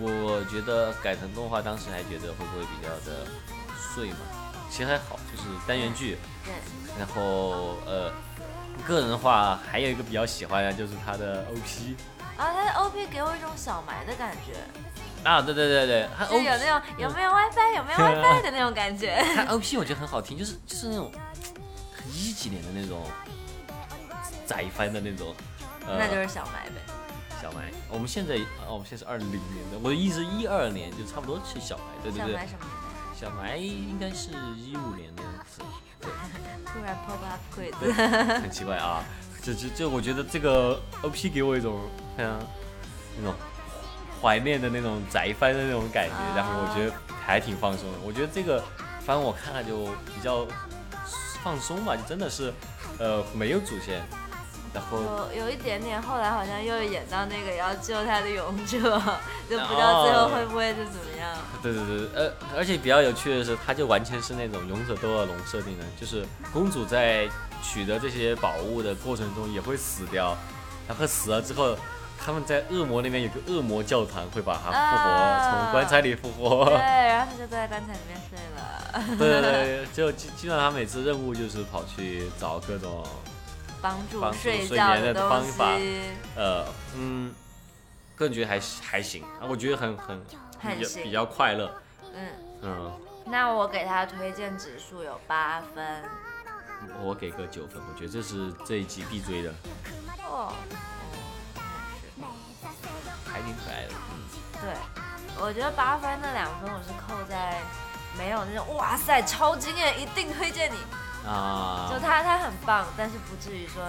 Speaker 2: 我觉得改成动画，当时还觉得会不会比较的碎嘛？其实还好，就是单元剧，
Speaker 3: 对，
Speaker 2: 然后呃，个人的话还有一个比较喜欢的就是它的 OP
Speaker 3: 然啊后它的 OP 给我一种小埋的感觉，
Speaker 2: 啊，对对对对，它
Speaker 3: 就
Speaker 2: O
Speaker 3: 有那种有没有 WiFi 有没有 WiFi 的那种感觉。
Speaker 2: 它 OP 我觉得很好听，就是呃就是那种很一几年的那种宅番的那种呃
Speaker 3: 那就是小麦呗。
Speaker 2: 小麦。我们现在啊，我们现在是二零年的，我的意思一二年就差不多是小麦，对对
Speaker 3: 小
Speaker 2: 对
Speaker 3: 麦，什么的，
Speaker 2: 小麦应该是一五年的样子，
Speaker 3: 突然 pop up quiz，
Speaker 2: 对，很奇怪啊。这这这，我觉得这个 OP 给我一种非常那种怀念的那种宅番的那种感觉，
Speaker 3: 啊
Speaker 2: 然后我觉得还挺放松的。我觉得这个番我看了就比较放松吧，就真的是呃没有主线，然后
Speaker 3: 有有一点点，后来好像又演到那个要救他的勇者， 就不知
Speaker 2: 哦
Speaker 3: 道最后会不会是怎么 样。
Speaker 2: 对对对，呃，而且比较有趣的是，它就完全是那种勇者斗恶龙设定的，就是公主在取得这些宝物的过程中也会死掉，然后死了之后，他们在恶魔那边有个恶魔教堂会把她复活，
Speaker 3: 啊
Speaker 2: 从棺材里复活
Speaker 3: 对，。然后他就坐在棺材里面睡了，
Speaker 2: 对对对，就基基本上她每次任务就是跑去找各种
Speaker 3: 帮助
Speaker 2: 帮助
Speaker 3: 睡
Speaker 2: 睡
Speaker 3: 觉
Speaker 2: 眠的
Speaker 3: 东
Speaker 2: 方法
Speaker 3: 西，
Speaker 2: 呃嗯，个人觉得还还行啊，我觉得很很
Speaker 3: 很
Speaker 2: 比较
Speaker 3: 行
Speaker 2: 比较快乐，
Speaker 3: 嗯，
Speaker 2: 嗯，
Speaker 3: 那我给他推荐指数有八分。
Speaker 2: 我给个九分，我觉得这是这一集必追的。
Speaker 3: 哦，
Speaker 2: 还挺可爱的。
Speaker 3: 对，我觉得八分那两分我是扣在没有那种哇塞超惊艳，一定推荐你。
Speaker 2: 嗯啊，
Speaker 3: 就他他很棒，但是不至于说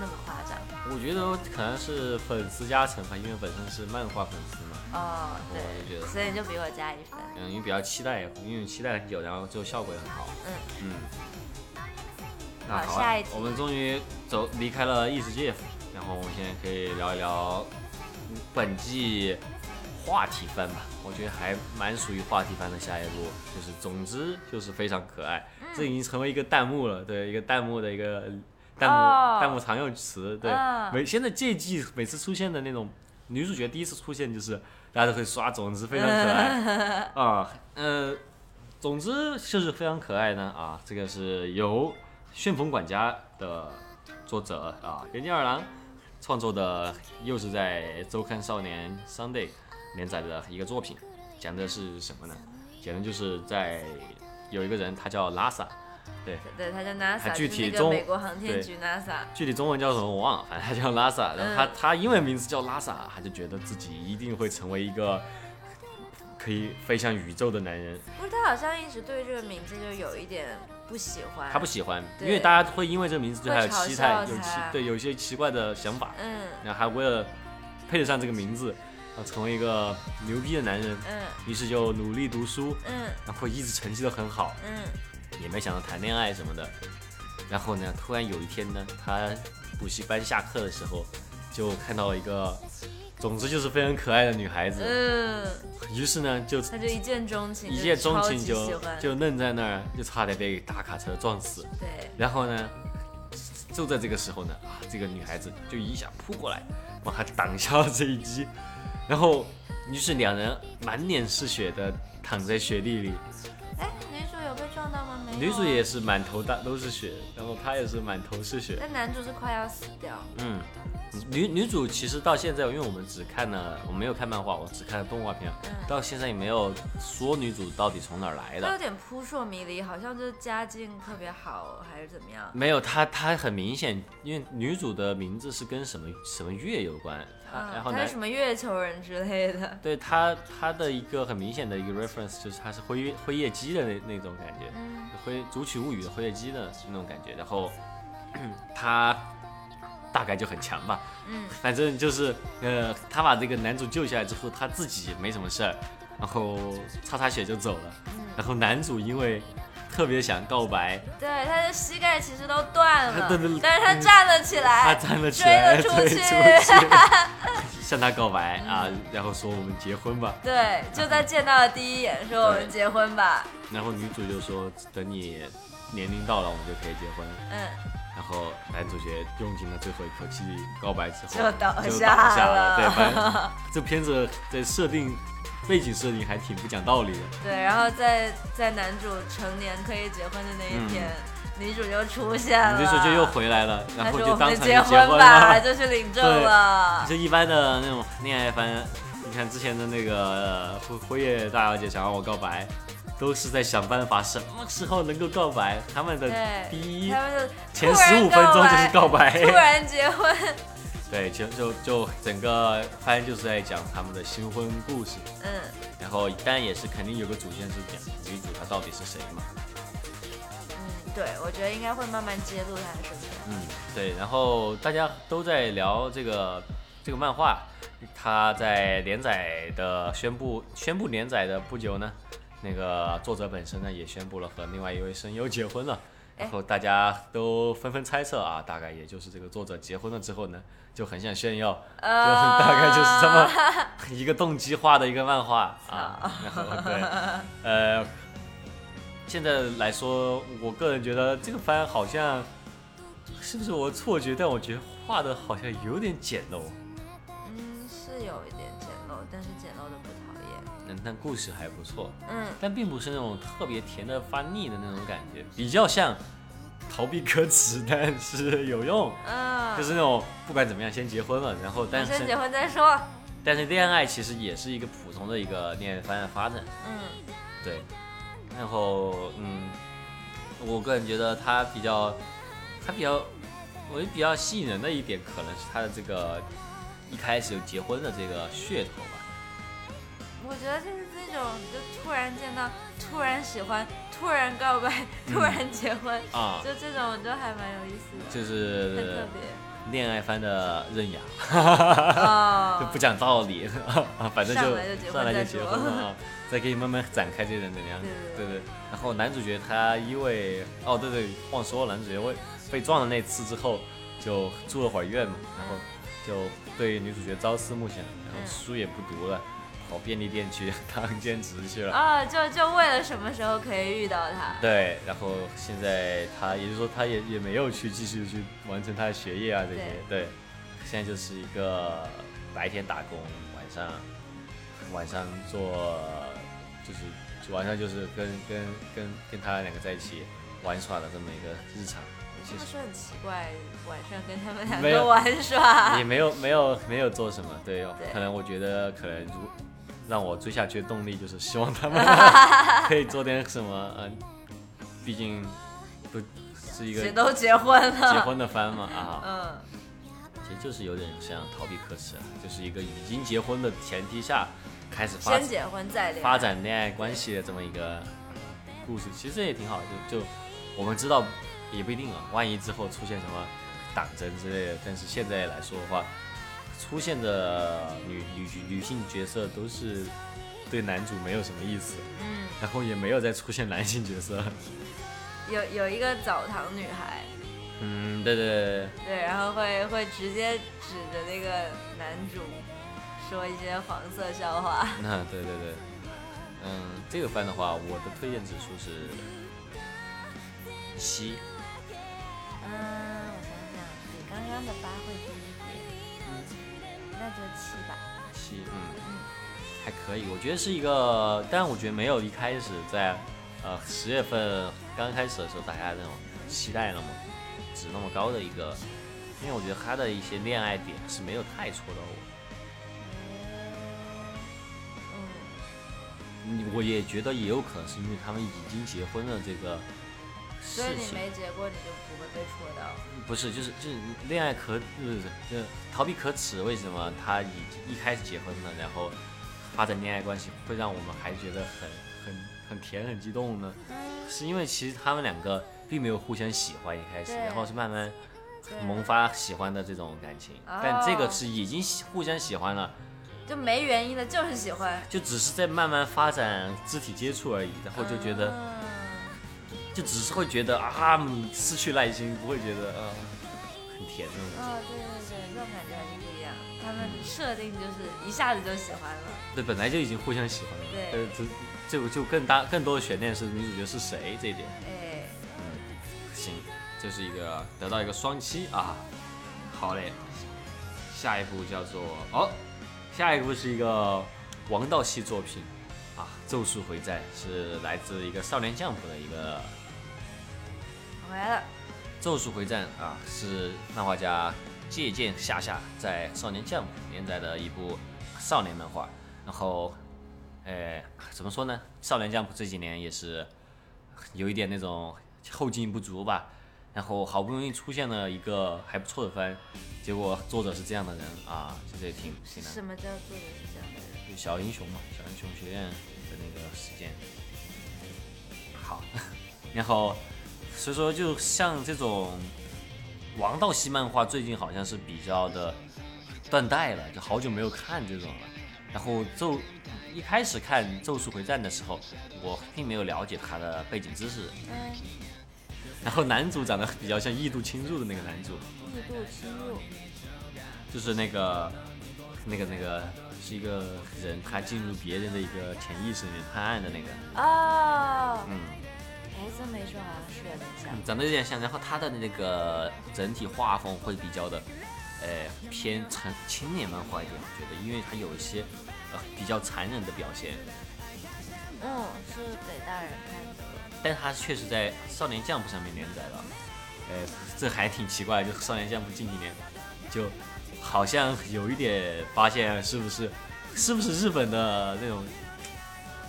Speaker 3: 那么夸张。
Speaker 2: 我觉得可能是粉丝加成吧，因为本身是漫画粉丝嘛，
Speaker 3: 哦，
Speaker 2: 我
Speaker 3: 对，
Speaker 2: 就觉得，
Speaker 3: 所以你就比我加一分。
Speaker 2: 嗯，因为比较期待，因为期待了很久，然后最后效果也很好。
Speaker 3: 嗯
Speaker 2: 嗯。那
Speaker 3: 好
Speaker 2: 好啊
Speaker 3: 下一题
Speaker 2: 我们终于走离开了异世界，然后我们现在可以聊一聊本季话题番吧，我觉得还蛮属于话题番的下一步，就是总之就是非常可爱，
Speaker 3: 嗯
Speaker 2: 这已经成为一个弹幕了，对，一个弹幕的一个弹幕、
Speaker 3: 哦
Speaker 2: 弹幕常用词，对，
Speaker 3: 嗯
Speaker 2: 每现在这季每次出现的那种女主角第一次出现就是大家都会刷，总之非常可 爱啊，呃，总之就是非常可爱呢啊，这个是由旋风管家的作者啊岩见二郎创作的，又是在周刊少年 Sunday 连载的一个作品，讲的是什么呢？讲的就是在有一个人他叫拉萨，对，
Speaker 3: 对，他叫
Speaker 2: 他
Speaker 3: NASA，
Speaker 2: 具
Speaker 3: 就是
Speaker 2: 体
Speaker 3: 那
Speaker 2: 中
Speaker 3: 个美国航天局 NASA。
Speaker 2: 具体中文叫什么我忘了，反正他叫拉萨，然后他
Speaker 3: 嗯
Speaker 2: 他英文名字叫拉萨，他就觉得自己一定会成为一个可以飞向宇宙的男人，
Speaker 3: 不是，他好像一直对这个名字就有一点不喜欢。
Speaker 2: 他不喜欢，因
Speaker 3: 对
Speaker 2: 为大家会因为这个名字对他有
Speaker 3: 会嘲
Speaker 2: 期待，
Speaker 3: 笑
Speaker 2: 有期
Speaker 3: 他
Speaker 2: 对有一些奇怪的想法，
Speaker 3: 嗯
Speaker 2: 然后还为了配得上这个名字，啊，成为一个牛逼的男人，
Speaker 3: 嗯
Speaker 2: 于是就努力读书，
Speaker 3: 嗯
Speaker 2: 然后一直成绩都很好，
Speaker 3: 嗯
Speaker 2: 也没想到谈恋爱什么的。然后呢，突然有一天呢，他补习班下课的时候，就看到了一个，总之就是非常可爱的女孩子，
Speaker 3: 嗯，
Speaker 2: 于是呢就
Speaker 3: 他就一见钟情，
Speaker 2: 一见钟情
Speaker 3: 就超级喜
Speaker 2: 就
Speaker 3: 欢
Speaker 2: 就愣在那儿，就差点被大卡车撞死。
Speaker 3: 对，
Speaker 2: 然后呢，就在这个时候呢，啊，这个女孩子就一下扑过来，帮他挡下了这一击，然后于是两人满脸是血的躺在雪地里，
Speaker 3: 哎，女主有被撞到吗？没有。啊
Speaker 2: 女主也。是满头大都是血，然后她也是满头是血，
Speaker 3: 但男主是快要死掉。
Speaker 2: 嗯。女女主其实到现在，因为我们只看了，我没有看漫画，我只看了动画片，到现在也没有说女主到底从哪儿来
Speaker 3: 他有
Speaker 2: 的。
Speaker 3: 点扑朔迷离，好像就是家境特别好，还是怎么样？
Speaker 2: 没有，她她很明显，因为女主的名字是跟什么什么月有关，她
Speaker 3: 嗯
Speaker 2: 然后
Speaker 3: 他
Speaker 2: 男
Speaker 3: 是什么月球人之类的。
Speaker 2: 对他他的一个很明显的一个 reference 就是他是辉夜辉夜姬的那那种感觉，
Speaker 3: 嗯
Speaker 2: 辉竹取物语的辉夜姬的那种感觉，然后 他大概就很强吧，
Speaker 3: 嗯，
Speaker 2: 反正就是呃，他把这个男主救下来之后，他自己没什么事儿，然后擦擦血就走了，
Speaker 3: 嗯
Speaker 2: 然后男主因为特别想告白，
Speaker 3: 对，他的膝盖其实都断了，
Speaker 2: 对对对
Speaker 3: 但是他站了起来，
Speaker 2: 嗯他站了起 来，
Speaker 3: 哎
Speaker 2: 追
Speaker 3: 追了出
Speaker 2: 出
Speaker 3: 去
Speaker 2: 去向他告白啊，
Speaker 3: 嗯
Speaker 2: 然后说我们结婚吧。
Speaker 3: 对，就在见到的第一眼说我们结婚吧，
Speaker 2: 然后女主就说：“等你年龄到了，我们就可以结婚。
Speaker 3: 嗯，”
Speaker 2: 然后男主角用尽了最后一口气告白之后，
Speaker 3: 就倒
Speaker 2: 就
Speaker 3: 下
Speaker 2: 倒下
Speaker 3: 了
Speaker 2: 对，反正这片子的设定背景设定还挺不讲道理 的。
Speaker 3: 对，然后在在男主成年可以结婚的那一天，女主就出现了，
Speaker 2: 嗯女主就又回来了，
Speaker 3: 她
Speaker 2: 然后
Speaker 3: 说
Speaker 2: 就
Speaker 3: 我
Speaker 2: 当
Speaker 3: 们
Speaker 2: 场就
Speaker 3: 结
Speaker 2: 婚
Speaker 3: 吧，
Speaker 2: 了。
Speaker 3: 就去领证
Speaker 2: 对
Speaker 3: 了，
Speaker 2: 就一般的那种恋爱番，你看之前的那个呃辉辉夜大小姐想让我告白，都是在想办法什么时候能够告白。他们的
Speaker 3: 对，
Speaker 2: 第一
Speaker 3: 他们就
Speaker 2: 前
Speaker 3: 突
Speaker 2: 十
Speaker 3: 然
Speaker 2: 五分钟就是告
Speaker 3: 告
Speaker 2: 白，
Speaker 3: 突然结婚，
Speaker 2: 对，就就就整个番就是在讲他们的新婚故事，
Speaker 3: 嗯，
Speaker 2: 然后但也是肯定有个主线是讲女主她到底是谁嘛。
Speaker 3: 嗯，对，我觉得应该会慢慢揭露他的身份。
Speaker 2: 嗯，对，然后大家都在聊这个这个漫画，它在连载的宣布宣布连载的不久呢，那个作者本身呢也宣布了和另外一位声优结婚了，然后大家都纷纷猜测啊，大概也就是这个作者结婚了之后呢，就很想炫耀， 就
Speaker 3: 啊
Speaker 2: 大概就是这么 一个动机化的一个漫画啊，然后对，呃，现在来说，我个人觉得这个番好像。是不是我错觉？但我觉得画的好像有点简陋，
Speaker 3: 嗯，是有一点简陋，但是简陋的不讨厌。
Speaker 2: 嗯，但故事还不错，
Speaker 3: 嗯，
Speaker 2: 但并不是那种特别甜的发腻的那种感觉，比较像逃避可耻，但是有 用，
Speaker 3: 嗯，
Speaker 2: 就是那种不管怎么样先结婚了，然后但
Speaker 3: 啊先结
Speaker 2: 是
Speaker 3: 婚再说。
Speaker 2: 但是恋爱其实也是一个普通的一个恋爱方案发展，
Speaker 3: 嗯
Speaker 2: 对，然后嗯，我个人觉得它比较，它比较，我觉得比较吸引人的一点，可能是它的这个一开始有结婚的这个噱头吧。，
Speaker 3: 我觉得就是这种，就突然见到，突然喜欢，突然告白，
Speaker 2: 嗯
Speaker 3: 突然结婚，
Speaker 2: 啊
Speaker 3: 就这种就还蛮有意思的，
Speaker 2: 就
Speaker 3: 很特
Speaker 2: 是
Speaker 3: 别。
Speaker 2: 恋爱番的刃牙， 就
Speaker 3: 哦，
Speaker 2: 不讲道理，啊反正就
Speaker 3: 上来就结
Speaker 2: 上
Speaker 3: 婚
Speaker 2: 来就
Speaker 3: 再
Speaker 2: 结
Speaker 3: 说
Speaker 2: 婚了啊，再给你慢慢展开这个人怎么样？
Speaker 3: 对
Speaker 2: 对对。然后男主角他因为哦对对忘说了，男主角为被撞了那次之后就住了会儿院嘛，然后就对女主角朝思暮想，然后
Speaker 3: 嗯
Speaker 2: 书也不读了，跑便利店去当兼职去了。
Speaker 3: 啊、就就为了什么时候可以遇到他？
Speaker 2: 对，然后现在他，也就是说他也也没有去继续去完成他的学业啊这些，对，现在就是一个白天打工，晚上晚上做就是晚上就是跟跟跟跟他两个在一起玩耍的这么一个日常，
Speaker 3: 你
Speaker 2: 其
Speaker 3: 是不
Speaker 2: 实
Speaker 3: 是很奇怪？晚上跟他们两
Speaker 2: 没有
Speaker 3: 个玩耍
Speaker 2: 也，没有没有没有做什么，对，哦
Speaker 3: 对
Speaker 2: 可能我觉得可能如让我追下去的动力就是希望他们可以做点什么，嗯、毕竟不是一个
Speaker 3: 谁都结婚了，
Speaker 2: 结婚的番嘛啊，
Speaker 3: 嗯
Speaker 2: 其实就是有点像逃避可耻，啊，就是一个已经结婚的前提下开始发
Speaker 3: 先结婚再恋爱
Speaker 2: 发展恋爱关系的这么一个故事，其实也挺好的。就就我们知道也不一定啊，万一之后出现什么党争之类的，但是现在来说的话，出现的女女女性角色都是对男主没有什么意思，
Speaker 3: 嗯，
Speaker 2: 然后也没有再出现男性角色。
Speaker 3: 有有一个澡堂女孩，
Speaker 2: 嗯，对对对对。
Speaker 3: 对，然后会会直接指着那个男主说一些黄色笑话。
Speaker 2: 那对对对，嗯，这个番的话，我的推荐指数是七，
Speaker 3: 嗯，我想想，比刚刚的八会低一点，那就七吧。
Speaker 2: 七，嗯，还可以，我觉得是一个，但我觉得没有一开始在呃十月份刚开始的时候大家那种期待那么值那么高的一个，因为我觉得他的一些恋爱点是没有太戳到我。
Speaker 3: 嗯，
Speaker 2: 嗯我也觉得也有可能是因为他们已经结婚了这个事
Speaker 3: 所以你
Speaker 2: 情，
Speaker 3: 没结过，你就不会被戳到。
Speaker 2: 不是，就是就是恋爱可不是就是逃避可耻。为什么他已一开始结婚了，然后发展恋爱关系，会让我们还觉得很很很甜很激动呢？
Speaker 3: 嗯
Speaker 2: 是因为其实他们两个并没有互相喜欢一开始，
Speaker 3: 对
Speaker 2: 然后是慢慢
Speaker 3: 对
Speaker 2: 萌发喜欢的这种感情。
Speaker 3: 哦
Speaker 2: 但这个是已经喜互相喜欢了，
Speaker 3: 就没原因的，就是喜欢。
Speaker 2: 就只是在慢慢发展肢体接触而已，然后就觉得。
Speaker 3: 嗯
Speaker 2: 就只是会觉得啊，嗯失去耐心，不会觉得啊、很甜那种感
Speaker 3: 哦，对对对，这种感觉还是不一样。他们的设定就是一下子就喜欢了。
Speaker 2: 觉。对，本来就已经互相喜欢了。
Speaker 3: 对
Speaker 2: 呃，这这个就更大更多的悬念是女主角是谁这一点。
Speaker 3: 哎，
Speaker 2: 行，这是一个得到一个双七啊。好嘞，下一部叫做哦，下一部是一个王道系作品啊，《咒术回战》是来自一个少年相扑的一个
Speaker 3: 回来了。
Speaker 2: 《咒术回战》啊，是漫画家借鉴夏夏在《少年 Jump》连载的一部少年漫画。然后，呃，怎么说呢？《少年 Jump》这几年也是有一点那种后劲不足吧，然后好不容易出现了一个还不错的番，结果作者是这样的人啊，其实也挺挺难
Speaker 3: 什。么叫做人这样的人？
Speaker 2: 就小英雄嘛，小英雄学院的那个事件。好，然后所以说就像这种王道系漫画，最近好像是比较的断代了，就好久没有看这种了。然后咒一开始看《咒术回战》的时候，我并没有了解他的背景知识。
Speaker 3: 嗯，
Speaker 2: 然后男主长得比较像异度侵入的那个男主，
Speaker 3: 异度侵入，
Speaker 2: 就是那个那个那个是一个人，他进入别人的一个潜意识里面判案的那个。
Speaker 3: 哦，
Speaker 2: 嗯，
Speaker 3: 哎，这么一说好像是有点像。
Speaker 2: 长嗯得有点像，然后他的那个整体画风会比较的，呃，偏成青年漫画一点，我觉得，因为他有一些呃比较残忍的表现，
Speaker 3: 嗯，是给大人看的。
Speaker 2: 但他确实在《少年 Jump》上面连载了，呃，这还挺奇怪，就是《少年 Jump》近几年就好像有一点发现，是不是是不是日本的那种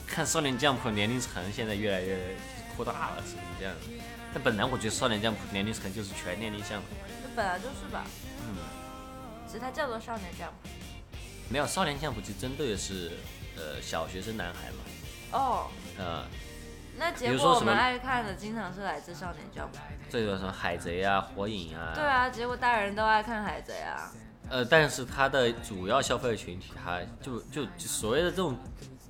Speaker 2: 看《少年 Jump》年龄层现在越来越扩大了，是不是这样的？但本来我觉得《少年 Jump》年龄层就是全年龄向的，
Speaker 3: 这本来就是吧，
Speaker 2: 嗯。
Speaker 3: 只是它叫做少年 Jump。
Speaker 2: 没有，少年相扑其实针对的是呃小学生男孩嘛，
Speaker 3: 哦，
Speaker 2: 呃，
Speaker 3: 那
Speaker 2: 比
Speaker 3: 结
Speaker 2: 如
Speaker 3: 果
Speaker 2: 说
Speaker 3: 我
Speaker 2: 什么
Speaker 3: 们爱看的经常是来自少年 Jump。
Speaker 2: 这个什么海贼啊、火影啊，
Speaker 3: 对，啊，结果大人都爱看海贼啊。
Speaker 2: 呃，但是它的主要消费群体，它就就就所谓的这种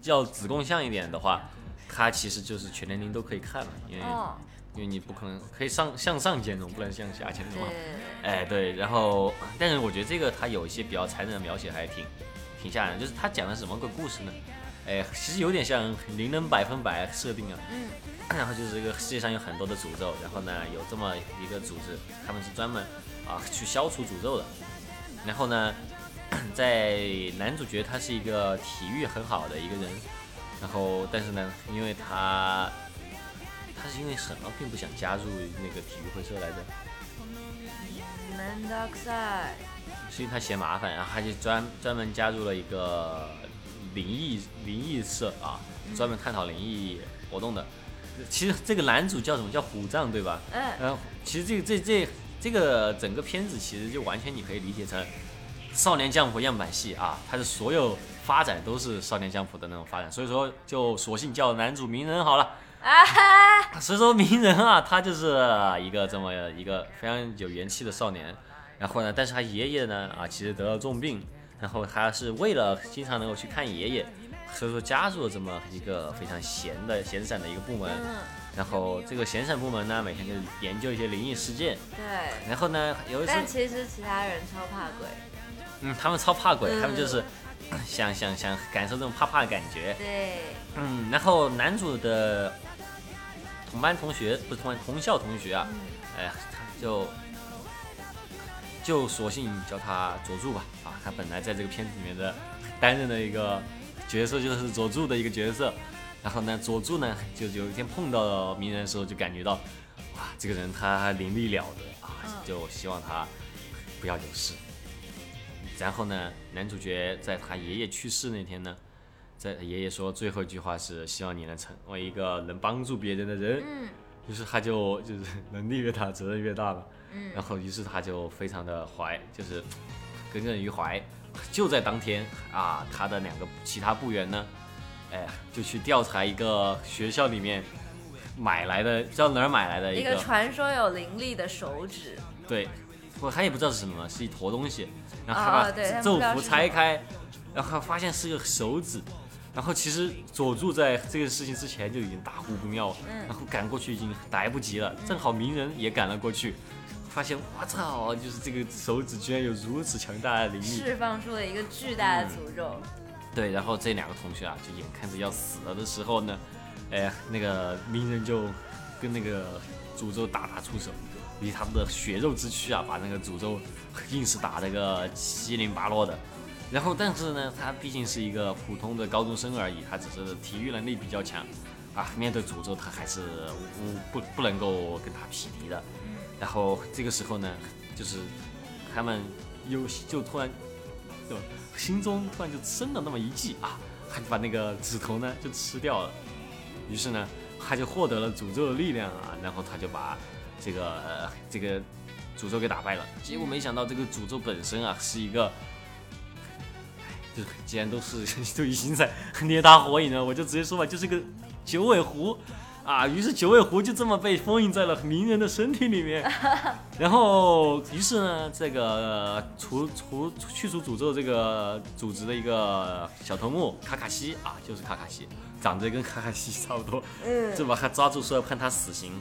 Speaker 2: 要子贡像一点的话，它其实就是全年龄都可以看嘛，因为、
Speaker 3: 哦，
Speaker 2: 因为你不可能可以上向上兼容，不能向下兼
Speaker 3: 对
Speaker 2: 容
Speaker 3: 对
Speaker 2: 啊。
Speaker 3: 对对
Speaker 2: 哎，对，然后，但是我觉得这个他有一些比较残忍的描写，还挺挺吓人。就是他讲的什么个故事呢？哎，其实有点像零能百分百设定啊。
Speaker 3: 嗯。
Speaker 2: 然后就是这个世界上有很多的诅咒，然后呢有这么一个组织，他们是专门啊去消除诅咒的。然后呢， 在男主角他是一个体育很好的一个人，然后但是呢，因为他他是因为什么并不想加入那个体育会社来着？
Speaker 3: 门道くさい。
Speaker 2: 是因为他嫌麻烦，然后他就专专门加入了一个灵异灵异社啊，专门探讨灵异活动的。其实这个男主叫什么叫虎杖对吧？
Speaker 3: 嗯，
Speaker 2: 嗯，其实这这这这个整个片子其实就完全你可以理解成少年江湖样板戏啊，它的所有发展都是少年江湖的那种发展，所以说就索性叫男主鸣人好了。
Speaker 3: 啊哈，
Speaker 2: 所以说鸣人啊，他就是一个这么一个非常有元气的少年。然后呢，但是他爷爷呢啊，其实得了重病，然后他是为了经常能够去看爷爷，所以说加入了这么一个非常闲的闲散的一个部门。
Speaker 3: 嗯，
Speaker 2: 然后这个闲散部门呢，每天就研究一些灵异事件。
Speaker 3: 对。
Speaker 2: 然后呢，有一次
Speaker 3: 但其实其他人超怕鬼，
Speaker 2: 嗯，他们超怕鬼，他们就
Speaker 3: 嗯
Speaker 2: 是 想想想感受这种怕怕的感觉。
Speaker 3: 对，
Speaker 2: 嗯，然后男主的同班同学不是同班同校同学啊，哎呀，他就就索性叫他佐助吧。啊，他本来在这个片子里面的担任的一个角色就是佐助的一个角色。然后呢，佐助呢，就有一天碰到了鸣人的时候，就感觉到，哇，这个人他灵力了得啊
Speaker 3: 嗯，
Speaker 2: 就希望他不要有事。然后呢，男主角在他爷爷去世那天呢，在爷爷说最后一句话是希望你能成为一个能帮助别人的人。
Speaker 3: 嗯
Speaker 2: 于是他就就是 能力越大，责任越大了。然
Speaker 3: 嗯，
Speaker 2: 后于是他就非常的怀，就是耿耿于怀。就在当天啊，他的两个其他部员呢，哎，就去调查一个学校里面买来的，知道哪儿买来的
Speaker 3: 嗯一
Speaker 2: 一
Speaker 3: 个
Speaker 2: 个，
Speaker 3: 传说有灵力的手指，
Speaker 2: 对，我他也不知道是什么，是一坨东西。然后他
Speaker 3: 哦对他
Speaker 2: 把
Speaker 3: 们
Speaker 2: 咒
Speaker 3: 不知道
Speaker 2: 符
Speaker 3: 是
Speaker 2: 拆
Speaker 3: 什么
Speaker 2: 开，然后发现是个手指。然后其实佐助在这个事情之前就已经大呼不妙了，
Speaker 3: 嗯
Speaker 2: 然后赶过去已经来不及了，正好鸣人也赶了过去，发现我操，就是这个手指居然有如此强大的灵力，
Speaker 3: 释放出了一个巨大的诅咒，
Speaker 2: 嗯对，然后这两个同学啊，就眼看着要死了的时候呢，哎，那个鸣人就跟那个诅咒大打出手，以他们的血肉之躯啊，把那个诅咒硬是打了个七零八落的。然后，但是呢，他毕竟是一个普通的高中生而已，他只是体育能力比较强啊，面对诅咒他还是嗯无无不不能够跟他匹敌的。然后这个时候呢，就是他们又就突然就心中突然就生了那么一计啊，他就把那个指头呢就吃掉了。于是呢，他就获得了诅咒的力量啊，然后他就把这个、呃、这个诅咒给打败了。结果没想到这个诅咒本身啊是一个，就既然都是 都已经在捏他火影了，我就直接说吧，就是个九尾狐。啊，于是九尾狐就这么被封印在了鸣人的身体里面，然后于是呢，这个呃除除去除诅咒这个组织的一个小头目卡卡西啊，就是卡卡西，长得跟卡卡西差不多，
Speaker 3: 嗯，
Speaker 2: 就把他抓住说要判他死刑，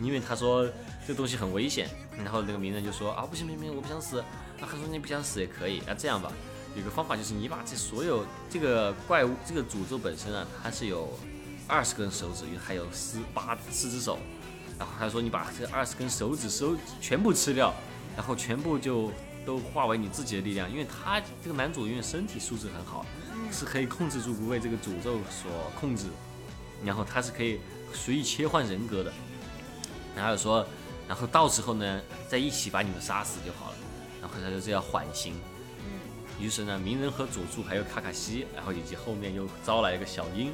Speaker 2: 因为他说这东西很危险。然后那个鸣人就说啊，不行不行不行，我不想死。啊，他说你不想死也可以，那、这样吧，有个方法就是你把这所有这个怪物这个诅咒本身啊，它是有二十根手指，还有四八四只手。然后他说你把这二十根手指收全部吃掉，然后全部就都化为你自己的力量，因为他这个男主因为身体素质很好，是可以控制住不被这个诅咒所控制。然后他是可以随意切换人格的。然后说，然后到时候呢，再一起把你们杀死就好了。然后他就这样缓刑。于是呢，鸣人和佐助还有卡卡西，然后以及后面又招来一个小樱，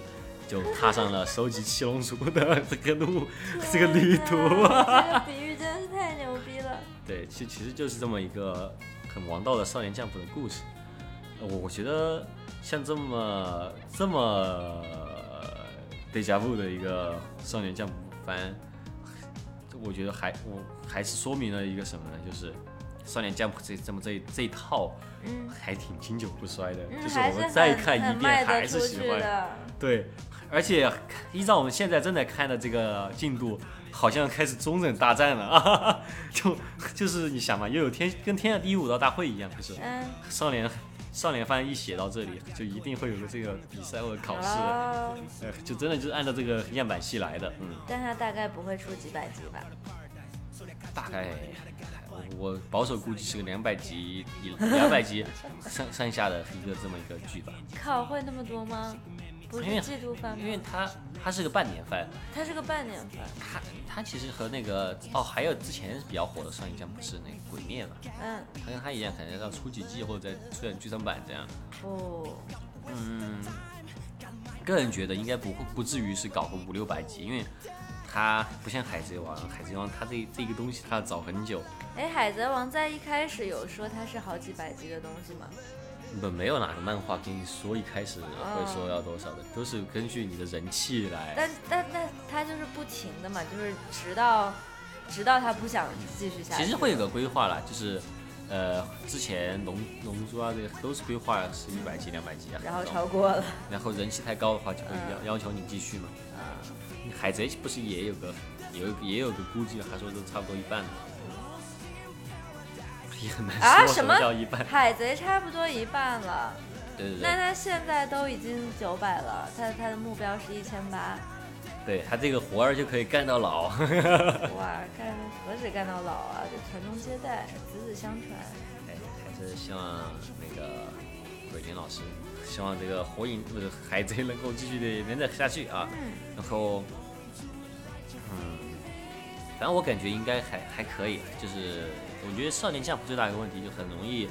Speaker 2: 就踏上了收集七龙珠的这个路，这个旅途。
Speaker 3: 这个比喻真是太牛逼了。
Speaker 2: 对，其其实就是这么一个很王道的少年将谱的故事。呃我我觉得像这么这么 deja vu 的一个少年将谱番，我觉得还我还是说明了一个什么呢？就是少年将谱这这么这这一套
Speaker 3: 嗯，
Speaker 2: 还挺经久不衰的，
Speaker 3: 嗯
Speaker 2: 就是
Speaker 3: 还
Speaker 2: 我
Speaker 3: 是
Speaker 2: 们再
Speaker 3: 很
Speaker 2: 看
Speaker 3: 很
Speaker 2: 一
Speaker 3: 卖
Speaker 2: 遍
Speaker 3: 得
Speaker 2: 还
Speaker 3: 出
Speaker 2: 是喜
Speaker 3: 去
Speaker 2: 欢。
Speaker 3: 的。
Speaker 2: 对，而且依照我们现在正在看的这个进度，好像开始中忍大战了 啊！就就是你想嘛，又有天跟天下第一武道大会一样，不是？
Speaker 3: 嗯，
Speaker 2: 少年少年番一写到这里，就一定会有个这个比赛或者考试的，
Speaker 3: 哦，
Speaker 2: 呃就真的就是按照这个样板戏来的。嗯，
Speaker 3: 但它大概不会出几百集吧？
Speaker 2: 大概我我保守估计是个两百集以两百集上上下的一个这么一个剧吧，
Speaker 3: 靠，会那么多吗？不
Speaker 2: 因为
Speaker 3: 是季度番
Speaker 2: 因为
Speaker 3: 吗？
Speaker 2: 它它是个半年番。
Speaker 3: 它是个半年番。
Speaker 2: 他他其实和那个哦，还有之前比较火的上一江不是那个《鬼灭》嘛，
Speaker 3: 嗯，
Speaker 2: 他跟他一样，可能要出几季或者再出点剧场版这样。
Speaker 3: 不，
Speaker 2: 嗯，个人觉得应该不会不至于是搞个五六百集，因为他不像《海贼王》，《海贼王》它这这个东西它要找很久，
Speaker 3: 哎，海贼王在一开始有说它是好几百集的东西吗？
Speaker 2: 本没有哪个漫画跟你说一开始会说要多少的，都是根据你的人气来。
Speaker 3: 哦但但但它就是不停的嘛，就是直到直到他不想继续下去。
Speaker 2: 其实会有个规划啦，就是。呃，之前龙龙珠啊，这个都是规划是一百集、两百集啊，
Speaker 3: 然后
Speaker 2: 这种
Speaker 3: 超过了。
Speaker 2: 然后人气太高的话，就会
Speaker 3: 嗯
Speaker 2: 要要求你继续嘛。海贼不是也有个也有也有个估计，他说都差不多一半嘛， 也很难说、
Speaker 3: 啊
Speaker 2: 什
Speaker 3: 什么
Speaker 2: 叫一 半。
Speaker 3: 海贼差不多一半了，
Speaker 2: 对对
Speaker 3: 那
Speaker 2: 对，
Speaker 3: 他现在都已经九百了，他他的目标是一千 八，
Speaker 2: 对他这个活儿就可以干到老。 哎
Speaker 3: 哇，干何止干到老啊，这传宗接代，子子相传。
Speaker 2: 哎，还是希望那个鬼林老师，希望这个火影不是海贼能够继续的连载下去啊。然后，嗯，反正我感觉应该还还可以，就是我觉得少年将最大一个问题就很容易，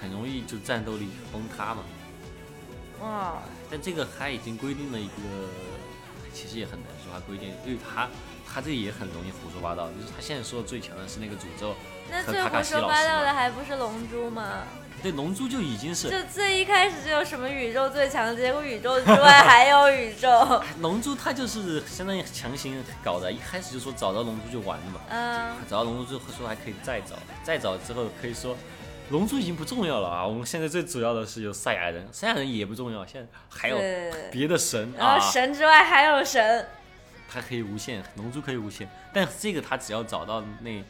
Speaker 2: 很容易就战斗力崩塌嘛。
Speaker 3: 哇，
Speaker 2: 但这个他已经规定了一个，其实也很难说他规定，因为他他这也很容易胡说八道，就是他现在说的最强的是那个诅咒
Speaker 3: 那
Speaker 2: 和
Speaker 3: 最
Speaker 2: 卡
Speaker 3: 胡
Speaker 2: 卡西
Speaker 3: 说
Speaker 2: 老
Speaker 3: 八
Speaker 2: 师
Speaker 3: 道的
Speaker 2: 嘛，
Speaker 3: 还不是龙珠吗？
Speaker 2: 对龙珠就已经是。
Speaker 3: 就最一开始就有什么宇宙最强，结果宇宙之外还有宇 宙。
Speaker 2: 龙珠它就是相当于强行搞的，一开始就说找到龙珠就完了嘛，
Speaker 3: 嗯，
Speaker 2: 找到龙珠之后说还可以再找，再找之后可以说龙珠已经不重要了啊，我们现在最主要的是有赛亚人，赛亚人也不重要，现在还有
Speaker 3: 对。
Speaker 2: 别的神
Speaker 3: 然
Speaker 2: 啊，
Speaker 3: 后神之外还有神，
Speaker 2: 它可以无限，龙珠可以无限，但这个它只要找到那，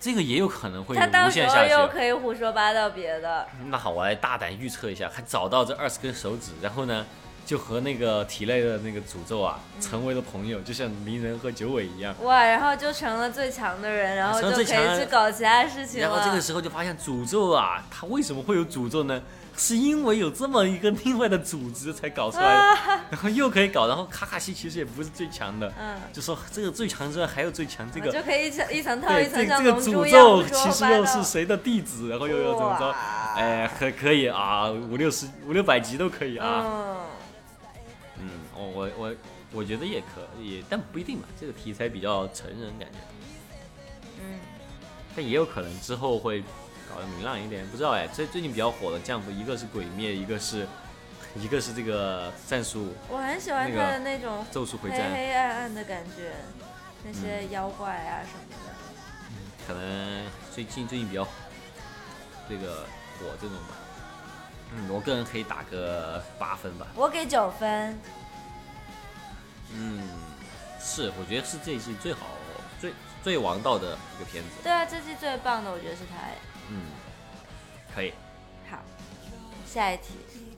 Speaker 2: 这个也有可能会
Speaker 3: 他到
Speaker 2: 无
Speaker 3: 时
Speaker 2: 限
Speaker 3: 候
Speaker 2: 下
Speaker 3: 又
Speaker 2: 去。
Speaker 3: 可以胡说八道别的。
Speaker 2: 那好，我来大胆预测一下，他找到这二十根手指，然后呢，就和那个体内的那个诅咒啊，
Speaker 3: 嗯
Speaker 2: 成为了朋友，就像鸣人和九尾一样。
Speaker 3: 哇，然后就成了最强的人，然后
Speaker 2: 成了
Speaker 3: 就可以
Speaker 2: 最强的
Speaker 3: 去搞其他事情了。
Speaker 2: 然后这个时候就发现诅咒啊，它为什么会有诅咒呢？是因为有这么一个另外的组织才搞出来
Speaker 3: 啊
Speaker 2: 的， 然后又可以搞，然后卡卡西其实也不是最强的，
Speaker 3: 嗯，
Speaker 2: 就说这个最强之外还有最强，这个
Speaker 3: 就可以一层一层套
Speaker 2: 对
Speaker 3: 一
Speaker 2: 这
Speaker 3: 层，
Speaker 2: 个
Speaker 3: 像
Speaker 2: 这个
Speaker 3: 龙珠
Speaker 2: 诅
Speaker 3: 一样
Speaker 2: 咒
Speaker 3: 胡说
Speaker 2: 其实
Speaker 3: 八
Speaker 2: 又
Speaker 3: 道
Speaker 2: 是谁的弟子，然后又又怎么着
Speaker 3: 哇？
Speaker 2: 哎，可可以啊，五六十五六百集都可以啊。
Speaker 3: 嗯，
Speaker 2: 啊嗯，我我我我觉得也可以，但不一定吧。这个题材比较成人感觉，
Speaker 3: 嗯，
Speaker 2: 但也有可能之后会搞得明朗一点，不知道哎。最最近比较火的降服，一个是《鬼灭》，一个是，一个是这个战术
Speaker 3: 我很喜欢
Speaker 2: 那
Speaker 3: 他
Speaker 2: 个
Speaker 3: 的那种
Speaker 2: 《咒术回
Speaker 3: 黑
Speaker 2: 战》
Speaker 3: 黑暗暗的感觉，那些
Speaker 2: 嗯
Speaker 3: 妖怪啊什么的。
Speaker 2: 可能最近最近比较这个火这种吧。嗯，我个人可以打个八分吧。
Speaker 3: 我给九分，
Speaker 2: 嗯，是，我觉得是这一季最好、最最王道的一个片子。
Speaker 3: 对啊，这季最棒的我觉得是他哎。
Speaker 2: 嗯，可以。
Speaker 3: 好，下一题，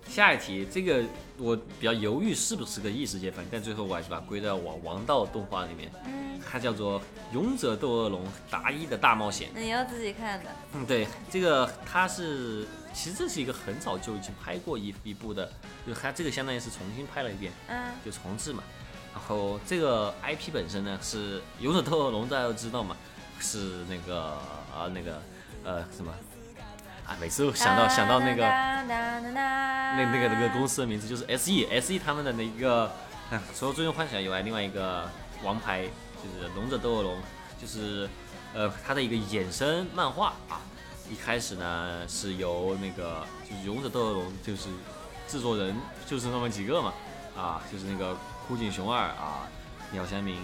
Speaker 2: 下一题，这个我比较犹豫是不是个异世界番，但最后我还是把它归到往王道动画里面，
Speaker 3: 嗯，
Speaker 2: 它叫做《勇者斗恶龙：达伊的大冒险》。
Speaker 3: 你又自己看的，
Speaker 2: 嗯，对，这个它是其实这是一个很早就已经拍过一一部的，就是它这个相当于是重新拍了一遍，
Speaker 3: 嗯
Speaker 2: 就重置嘛。然后这个 IP 本身呢是《勇者斗恶龙》，大家都知道嘛，是那个啊那个呃什么啊，每次都想到想到那个。那
Speaker 3: 那
Speaker 2: 那个那个公司的名字就是 S E S E 他们的那一个，哎除了《最终幻想》以外，另外一个王牌就是《龙者斗恶龙》，就是呃它的一个衍生漫画啊。一开始呢是由那个就是《勇者斗恶龙》就是制作人就是那么几个嘛，啊就是那个枯井雄二啊鸟山明，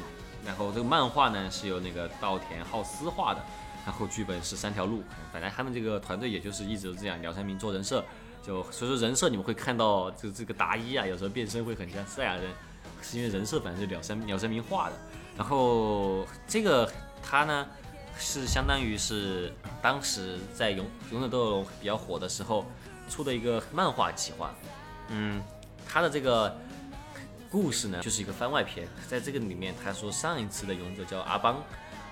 Speaker 2: 然后这个漫画呢是由那个稻田浩司画的。然后剧本是三条路，本来他们这个团队也就是一直都这样，鸟山明做人设，就所以说人设你们会看到，就这个达伊啊，有时候变身会很像赛亚人，是因为人设本来是鸟山鸟山明画的。然后这个他呢，是相当于是当时在勇勇者斗恶龙比较火的时候出的一个漫画企划，嗯，他的这个故事呢，就是一个番外篇。在这个里面，他说上一次的勇者叫阿邦，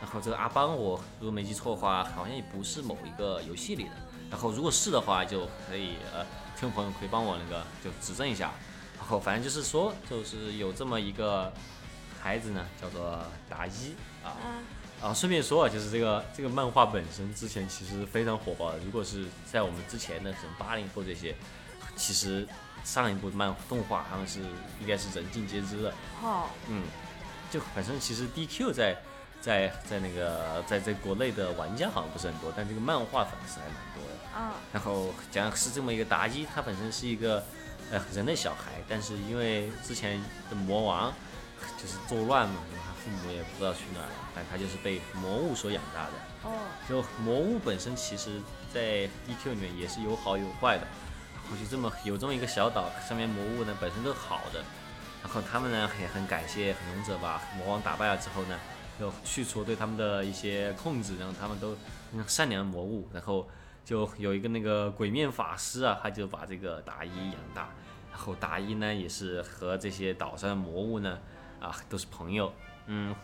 Speaker 2: 然后这个阿邦我如果没记错的话，好像也不是某一个游戏里的。然后如果是的话，就可以呃，听众朋友可以帮我那个就指正一下。然后反正就是说，就是有这么一个孩子呢，叫做达伊啊。
Speaker 3: 啊，
Speaker 2: 啊，顺便说啊，就是这个这个漫画本身之前其实非常火爆的，如果是在我们之前的什么八零后这些，其实上一部漫动画他们是应该是人尽皆知的，
Speaker 3: 好，
Speaker 2: 嗯，就本身其实 DQ 在在在那个在在国内的玩家好像不是很多，但这个漫画粉丝还蛮多的。
Speaker 3: 嗯
Speaker 2: 然后讲是这么一个妲己，她本身是一个呃人类小孩，但是因为之前的魔王就是作乱嘛，然后她父母也不知道去哪儿了，但她就是被魔物所养大的。
Speaker 3: 哦，
Speaker 2: 就魔物本身其实，在 DQ 里面也是有好有坏的。我就这么有这么一个小岛，上面魔物呢本身都是好的，然后他们呢也很感谢勇者把魔王打败了之后呢，就去除对他们的一些控制，让他们都嗯善良的魔物，然后就有一个那个鬼面法师啊，他就把这个达伊养大，然后达伊呢也是和这些岛上的魔物呢啊都是朋友，嗯，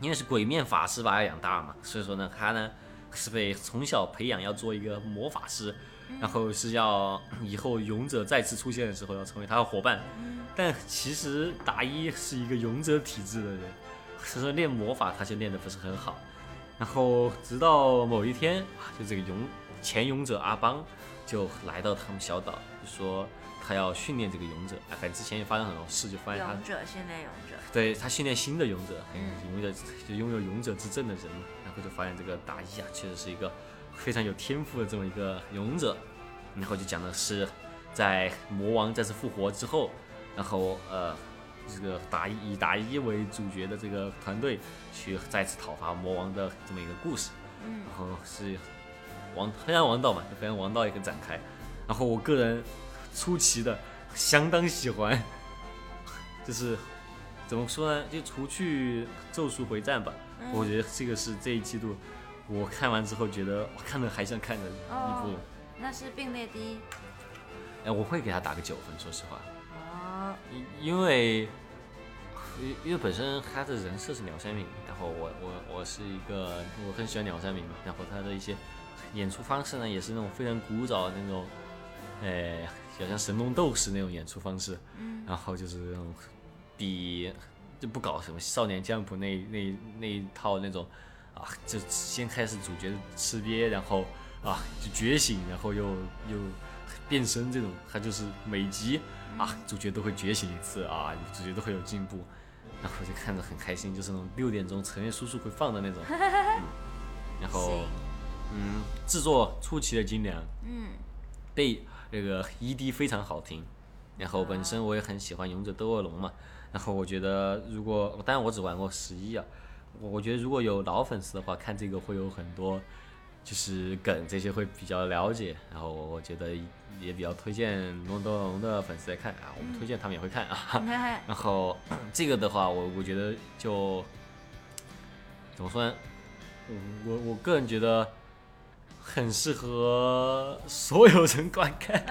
Speaker 2: 因为是鬼面法师把他养大嘛，所以说呢，他呢是被从小培养要做一个魔法师，然后是要以后勇者再次出现的时候要成为他的伙伴。但其实达伊是一个勇者体质的人，所以说练魔法他就练得不是很好。然后直到某一天，啊就这个勇前勇者阿邦就来到他们小岛，就说他要训练这个勇者。啊，反正之前也发生很多事，就发现他
Speaker 3: 勇者训练勇者，
Speaker 2: 对他训练新的勇者，勇者就拥有勇者之证的人，然后就发现这个达伊啊，确实是一个非常有天赋的这么一个勇者。然后就讲的是，在魔王再次复活之后，然后呃，这个达伊以达伊为主角的这个团队去再次讨伐魔王的这么一个故事。
Speaker 3: 嗯
Speaker 2: 然后是王黑暗王道嘛，黑暗王道一个展开。然后我个人出奇的相当喜欢，就是怎么说呢？就除去《咒术回战》吧，
Speaker 3: 嗯
Speaker 2: 我觉得这个是这一季度我看完之后觉得我看的还像看的一部
Speaker 3: 哦。那是并列第一。
Speaker 2: 哎、我会给他打个九分，说实话，
Speaker 3: 哦，
Speaker 2: 因因为因因为本身他的人设是鸟山明，然后我我我是一个我很喜欢鸟山明嘛，然后他的一些演出方式呢，也是那种非常古早的那种，呃，有像神龙斗士那种演出方式，
Speaker 3: 嗯
Speaker 2: 然后就是那种比就不搞什么少年江浦那那那一套那种啊，就先开始主角吃瘪，然后啊就觉醒，然后又又变身这种，它就是每集
Speaker 3: 嗯
Speaker 2: 啊主角都会觉醒一次啊，主角都会有进步，然后我就看着很开心，就是那种六点钟陈月叔叔会放的那 种，嗯、然后
Speaker 3: 行
Speaker 2: 嗯制作出奇的精良，
Speaker 3: 嗯，
Speaker 2: 被那个 ED 非常好听，然后本身我也很喜欢《勇者斗恶龙》嘛，然后我觉得如果当然我只玩过十一啊，我我觉得如果有老粉丝的话，看这个会有很多就是梗这些会比较了解，然后我觉得也比较推荐《勇者斗恶龙》的粉丝来看啊，我们推荐他们也会看啊。然后嗯这个的话，我我觉得就怎么说呢？我我我个人觉得很适合所有人观 看。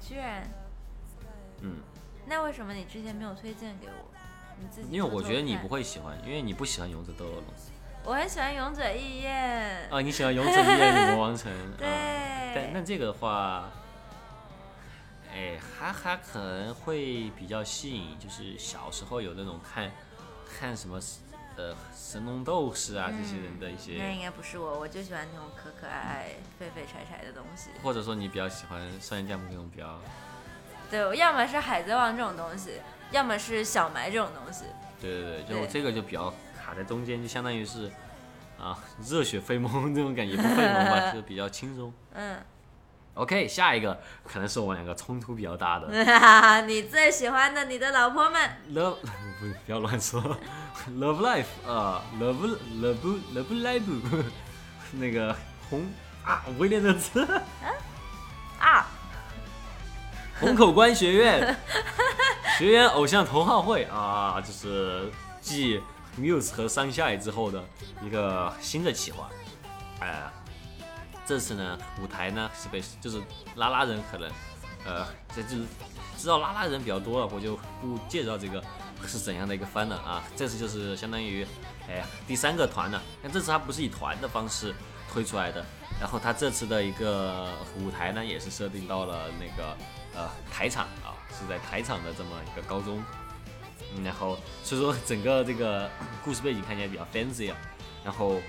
Speaker 3: 居然，
Speaker 2: 嗯，
Speaker 3: 那为什么你之前没有推荐给我？你自己
Speaker 2: 因为我觉得你不
Speaker 3: 会，
Speaker 2: 会喜欢，因为你不喜欢勇者斗恶龙
Speaker 3: 我很喜欢勇者义彦，
Speaker 2: 啊，你喜欢勇者义彦与魔王城。
Speaker 3: 对
Speaker 2: 啊但那这个的话，哎，哈哈可能会比较吸引，就是小时候有那种看看什么呃神龙斗士啊这些人的一些。
Speaker 3: 嗯
Speaker 2: 嗯
Speaker 3: 那应该不是我，我就喜欢那种可可爱爱、废废柴柴的东西。
Speaker 2: 或者说你比较喜欢少年将门这种比较，
Speaker 3: 对，我要么是海贼王这种东西，要么是小埋这种东西。
Speaker 2: 对对对，就
Speaker 3: 对
Speaker 2: 这个就比较卡在中间，就相当于是啊热血沸腾这种感觉，不沸腾吧，就比较轻松。
Speaker 3: 嗯，
Speaker 2: OK，下一个可能是我们两个冲突比较大
Speaker 3: 嗯
Speaker 2: 的
Speaker 3: 你最喜欢的你的老婆们，
Speaker 2: Love，不 不要乱说 ，Love Life 啊，Love Love Love Life，那个红啊威廉的字，
Speaker 3: 啊，
Speaker 2: 虹口关学院 学员偶像同好会啊，就是继 Muse 和山下之后的一个新的企划。哎、这次呢，舞台呢是被就是拉拉人可能，呃，这就是知道拉拉人比较多了，我就不介绍这个是怎样的一个番了啊。这次就是相当于，哎、第三个团了，但这次它不是以团的方式推出来的，然后它这次的一个舞台呢也是设定到了那个呃台场啊，是在台场的这么一个高中，嗯然后所以说整个这个故事背景看起来比较 fancy 啊，然后。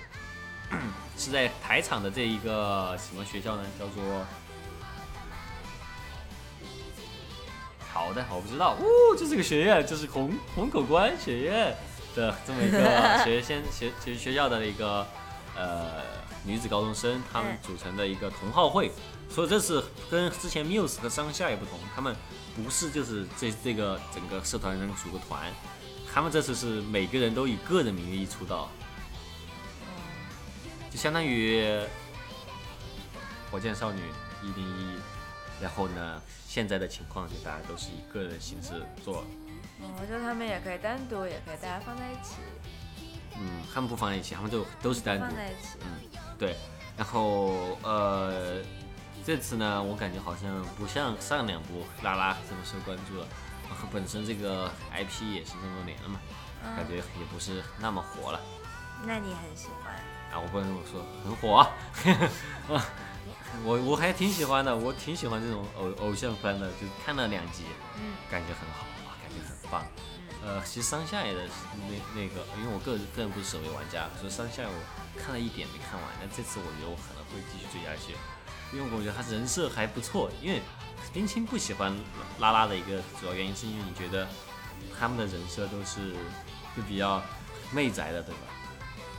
Speaker 2: 是在台场的这一个什么学校呢？叫做……好的，我不知道。哦，就是个学院，就是虹虹口关学院的这么一个学先学学学校的一个呃女子高中生，她们
Speaker 3: 嗯
Speaker 2: 组成的一个同好会。所以这次跟之前 Muse 和上下也不同，他们不是就是这这个整个社团人组个团，他们这次是每个人都以个人名义出道，就相当于火箭少女一零一，然后呢，现在的情况就大家都是以个人形式做，
Speaker 3: 嗯我觉得他们也可以单独，也可以大家放在一起，
Speaker 2: 嗯，他们不放在一起，他们就都是单独
Speaker 3: 放，在一起。
Speaker 2: 嗯，对，然后呃，这次呢，我感觉好像不像上两部拉拉这么受关注了，然后本身这个 IP 也是这么多年了嘛，
Speaker 3: 嗯
Speaker 2: 感觉也不是那么火了。
Speaker 3: 那你很喜欢？
Speaker 2: 啊，我不能这么说，很火啊！啊 我我还挺喜欢的，我挺喜欢这种偶偶像番的，就看了两集，
Speaker 3: 嗯
Speaker 2: 感觉很好啊，感觉很棒。呃，其实上下也的那那个，因为我个人个人不是手游玩家，所以上下我看了一点没看完，但这次我觉得我可能会继续追下去，因为我觉得他人设还不错。因为冰清不喜欢拉拉的一个主要原因，是因为你觉得他们的人设都是就比较媚宅的，对吧？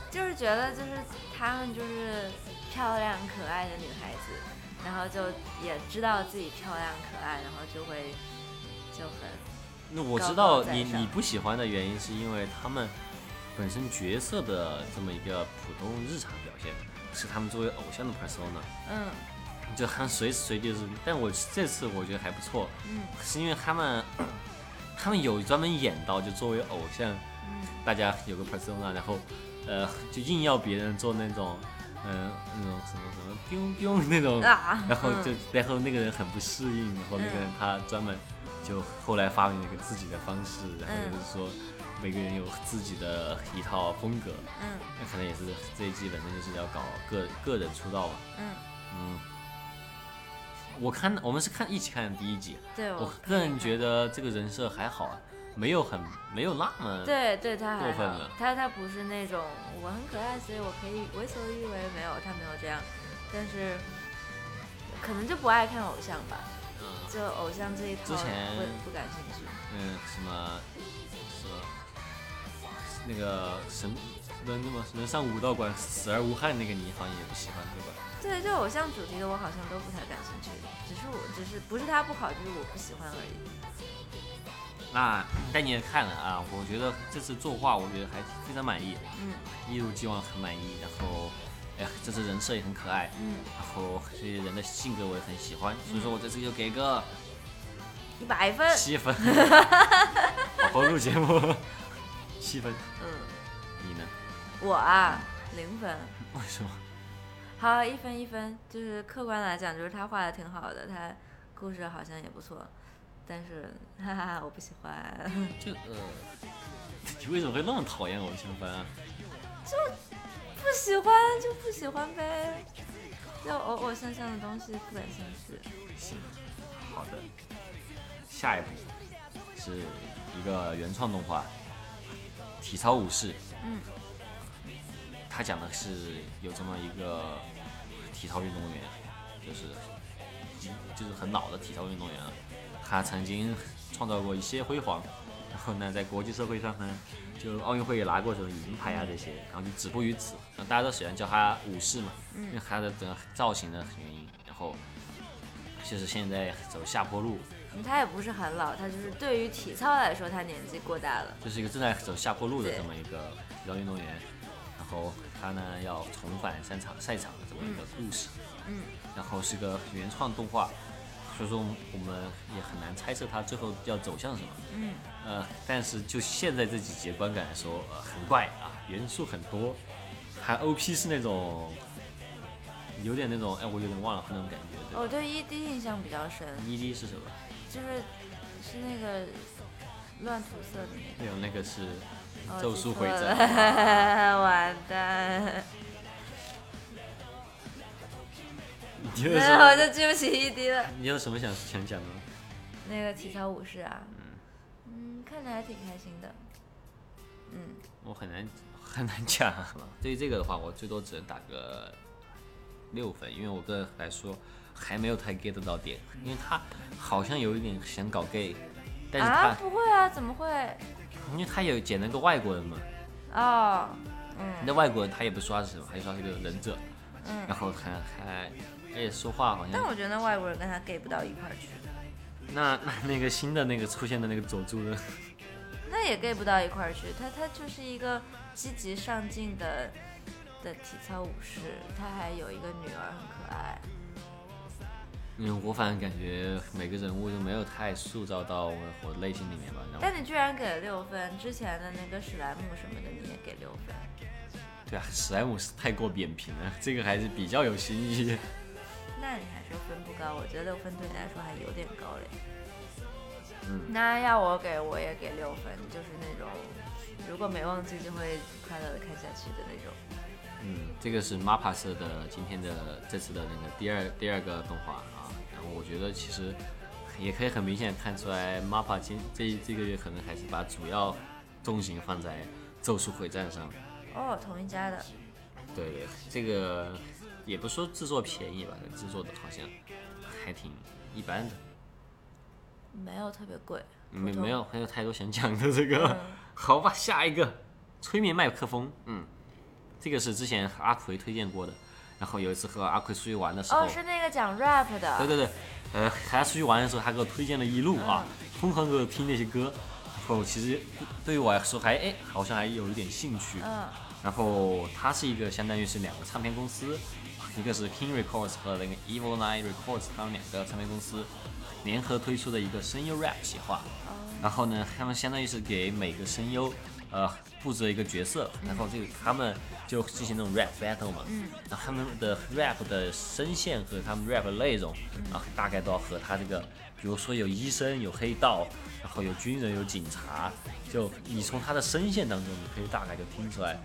Speaker 3: 就是觉得就是她们就是漂亮可爱的女孩子，然后就也知道自己漂亮可爱，然后就会就很
Speaker 2: 那我知
Speaker 3: 高
Speaker 2: 道
Speaker 3: 高在
Speaker 2: 你
Speaker 3: 上
Speaker 2: 你不喜欢的原因，是因为他们本身角色的这么一个普通日常表现，是他们作为偶像的 persona，
Speaker 3: 嗯
Speaker 2: 就他们随时随地是。但我这次我觉得还不错，
Speaker 3: 嗯
Speaker 2: 是因为他们他们有专门演到，就作为偶像，
Speaker 3: 嗯
Speaker 2: 大家有个 persona，然后呃就硬要别人做那种嗯、呃那种什么什么 biu biu 那种
Speaker 3: 啊，
Speaker 2: 然后
Speaker 3: 嗯
Speaker 2: 就，然后那个人很不适应，然后那个人他专门就后来发明了一个自己的方式，然后
Speaker 3: 嗯
Speaker 2: 就是说每个人有自己的一套风格，
Speaker 3: 嗯
Speaker 2: 那可能也是这一季本身就是要搞个个人出道吧。
Speaker 3: 嗯，
Speaker 2: 嗯，我看我们是看一起看的第一集，啊
Speaker 3: 哦对
Speaker 2: 我
Speaker 3: 可
Speaker 2: 个
Speaker 3: 以
Speaker 2: 人
Speaker 3: 看
Speaker 2: 觉得这个人设还好，啊没有很没有那么
Speaker 3: 对对，他还
Speaker 2: 过分
Speaker 3: 好
Speaker 2: 了，
Speaker 3: 他他不是那种我很可爱，所以我可以为所欲为，没有他没有这样，但是可能就不爱看偶像吧，
Speaker 2: 嗯
Speaker 3: 就偶像这一套
Speaker 2: 之前
Speaker 3: 不不感兴趣。
Speaker 2: 嗯，什么什么那个神能那么能上武道馆死而无憾那个你好像也不喜欢对吧？
Speaker 3: 对，就偶像主题的我好像都不太感兴趣，只是我只是不是他不好，就是我不喜欢而已。
Speaker 2: 那但你也看了啊，我觉得这次作画我觉得还非常满意，
Speaker 3: 嗯
Speaker 2: 一如既往很满意。然后，哎呀，这次人设也很可爱，
Speaker 3: 嗯，
Speaker 2: 然后这些人的性格我也很喜欢，所以说我这次就给个
Speaker 3: 一百分。
Speaker 2: 七 分。好好录节目，七分。
Speaker 3: 嗯，
Speaker 2: 你呢？
Speaker 3: 我啊零分。
Speaker 2: 为什么？
Speaker 3: 好，一分一分，就是客观来讲，就是他画的挺好的，他故事好像也不错，但是哈哈哈，我不喜欢。
Speaker 2: 就呃，你为什么会那么讨厌偶像番啊？
Speaker 3: 不喜欢就不喜欢呗，就偶偶像像的东西不感兴趣。
Speaker 2: 行，好的。下一步是一个原创动画《体操武士》。
Speaker 3: 嗯，
Speaker 2: 它讲的是有这么一个体操运动员，就是就是很老的体操运动员了，他曾经创造过一些辉煌，然后呢，在国际社会上呢，就奥运会也拿过什么银牌啊这些，然后就止步于此，然后大家都喜欢叫他武士嘛，因为他的整个造型的原因，然后就是现在走下坡路，
Speaker 3: 嗯他也不是很老，他就是对于体操来说，他年纪过大了。
Speaker 2: 就是一个正在走下坡路的
Speaker 3: 对
Speaker 2: 这么一个体操运动员，然后他呢要重返赛场赛场的这么一个故事，
Speaker 3: 嗯，
Speaker 2: 然后是个原创动画，所以说我们也很难猜测他最后要走向什么，
Speaker 3: 嗯，
Speaker 2: 呃，但是就现在这几节观感来说，呃，很怪啊，元素很多，还 OP 是那种有点那种，哎，我有点忘了那种感觉，对吧
Speaker 3: 我对 ED 印象比较深，
Speaker 2: ？ED 是什么？
Speaker 3: 就是是那个乱涂色的那
Speaker 2: 还有那个是
Speaker 3: 个。哦
Speaker 2: 咒术回
Speaker 3: 记错
Speaker 2: 战
Speaker 3: 了。 完蛋！
Speaker 2: 你 有什
Speaker 3: 那
Speaker 2: 么？
Speaker 3: 我就记不起 ED 了。
Speaker 2: 你有什么想想讲的吗？
Speaker 3: 那个体操武士啊，嗯，看着还挺开心的。嗯，
Speaker 2: 我很难很难讲。 对于这个的话，我最多只能打个六分，因为我个人来说还没有太 get 到点，因为他好像有一点想搞 gay，但是他、
Speaker 3: 啊，不会啊，怎么会？
Speaker 2: 因为他有捡了个外国人嘛，
Speaker 3: 哦，
Speaker 2: 那外国人他也不说他是什么，他就说他是个忍者，
Speaker 3: 嗯
Speaker 2: 然，后还还而且说话好
Speaker 3: 但
Speaker 2: 像
Speaker 3: 我觉得外国人跟他 gay 不到一块儿去，
Speaker 2: 那那那个新的那个出现的那个佐助呢，
Speaker 3: 那也 gay 不到一块儿去。他他就是一个积极上进的的体操武士，他还有一个女儿很可爱。
Speaker 2: 嗯，我反正感觉每个人物都没有太塑造到我我内心里面吧，然后
Speaker 3: 但你居然给了六分，之前的那个史莱姆什么的你也给六分，
Speaker 2: 对啊，史莱姆是太过扁平了， 这个还是比较有新意。
Speaker 3: 那你还说分不高，我觉得六分对你来说还有点高嘞。
Speaker 2: 嗯
Speaker 3: 那要我给我也给六分，就是那种如果没忘记就会快乐的看下去的那种。
Speaker 2: 嗯，这个是 MAPPA 社的今天的这次的那个第二第二个动画啊，然后我觉得其实也可以很明显看出来，MAPPA 今这这个月可能还是把主要重心放在《咒术回战》上。
Speaker 3: 哦，同一家的，
Speaker 2: 对对，这个也不说制作便宜吧，制作的好像还挺一般的，
Speaker 3: 没有特别贵，
Speaker 2: 没
Speaker 3: 普通嗯
Speaker 2: 没有没有太多想讲的这个。 好吧，下一个催眠麦克风，嗯，这个是之前阿奎推荐过的，然后有一次和阿奎出去玩的时候，
Speaker 3: 哦，是那个讲 rap
Speaker 2: 对
Speaker 3: 的，
Speaker 2: 对对，呃，他出去玩的时候，他给我推荐了一路啊，
Speaker 3: 嗯
Speaker 2: 疯狂给我听那些歌，然后其实对于我来说还哎，好像还有一点兴趣。
Speaker 3: 嗯
Speaker 2: 然后它是一个相当于是两个唱片公司，一个是 King Records 和那个 Evil Nine Records，他们两个唱片公司联合推出的一个声优 rap 企划。然后呢，他们相当于是给每个声优呃布置了一个角色，然后这个他们就进行那种 rap battle 嘛。然后他们的 rap 的声线和他们 rap 的内容啊，大概都要和他这个，比如说有医生、有黑道，然后有军人、有警察，就你从他的声线当中，你可以大概就听出来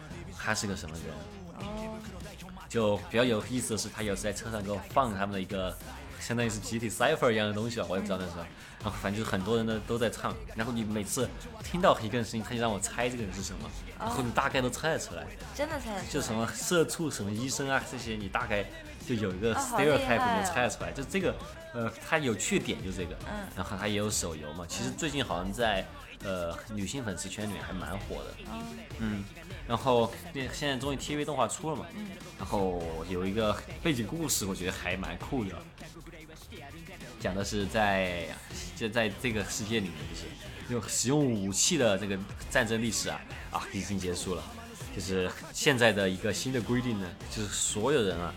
Speaker 2: 他是个什么人。
Speaker 3: 哦，
Speaker 2: 就比较有意思的是，他有时在车上给我放他们的一个相当于是集体 cipher 一样的东西吧，我也不知道那时候。然后反正就是很多人呢都在唱，然后你每次听到一个人声音，他就让我猜这个人是什么，然后你大概都猜得出来，
Speaker 3: 真的猜得出
Speaker 2: 就
Speaker 3: 来
Speaker 2: 什么社畜、什么医生啊这些，你大概就有一个
Speaker 3: 啊好厉
Speaker 2: stereotype 你
Speaker 3: 害啊
Speaker 2: 能猜得出来。就这个，呃，它有趣点就这个，
Speaker 3: 嗯
Speaker 2: 然后它也有手游嘛，其实最近好像在呃女性粉丝圈里面还蛮火的，
Speaker 3: 哦
Speaker 2: 嗯，然后那现在终于 TV 动画出了嘛，
Speaker 3: 嗯
Speaker 2: 然后有一个背景故事，我觉得还蛮酷的，讲的是在就在这个世界里面，就是用使用武器的这个战争历史啊啊已经结束了，就是现在的一个新的规定呢，就是所有人啊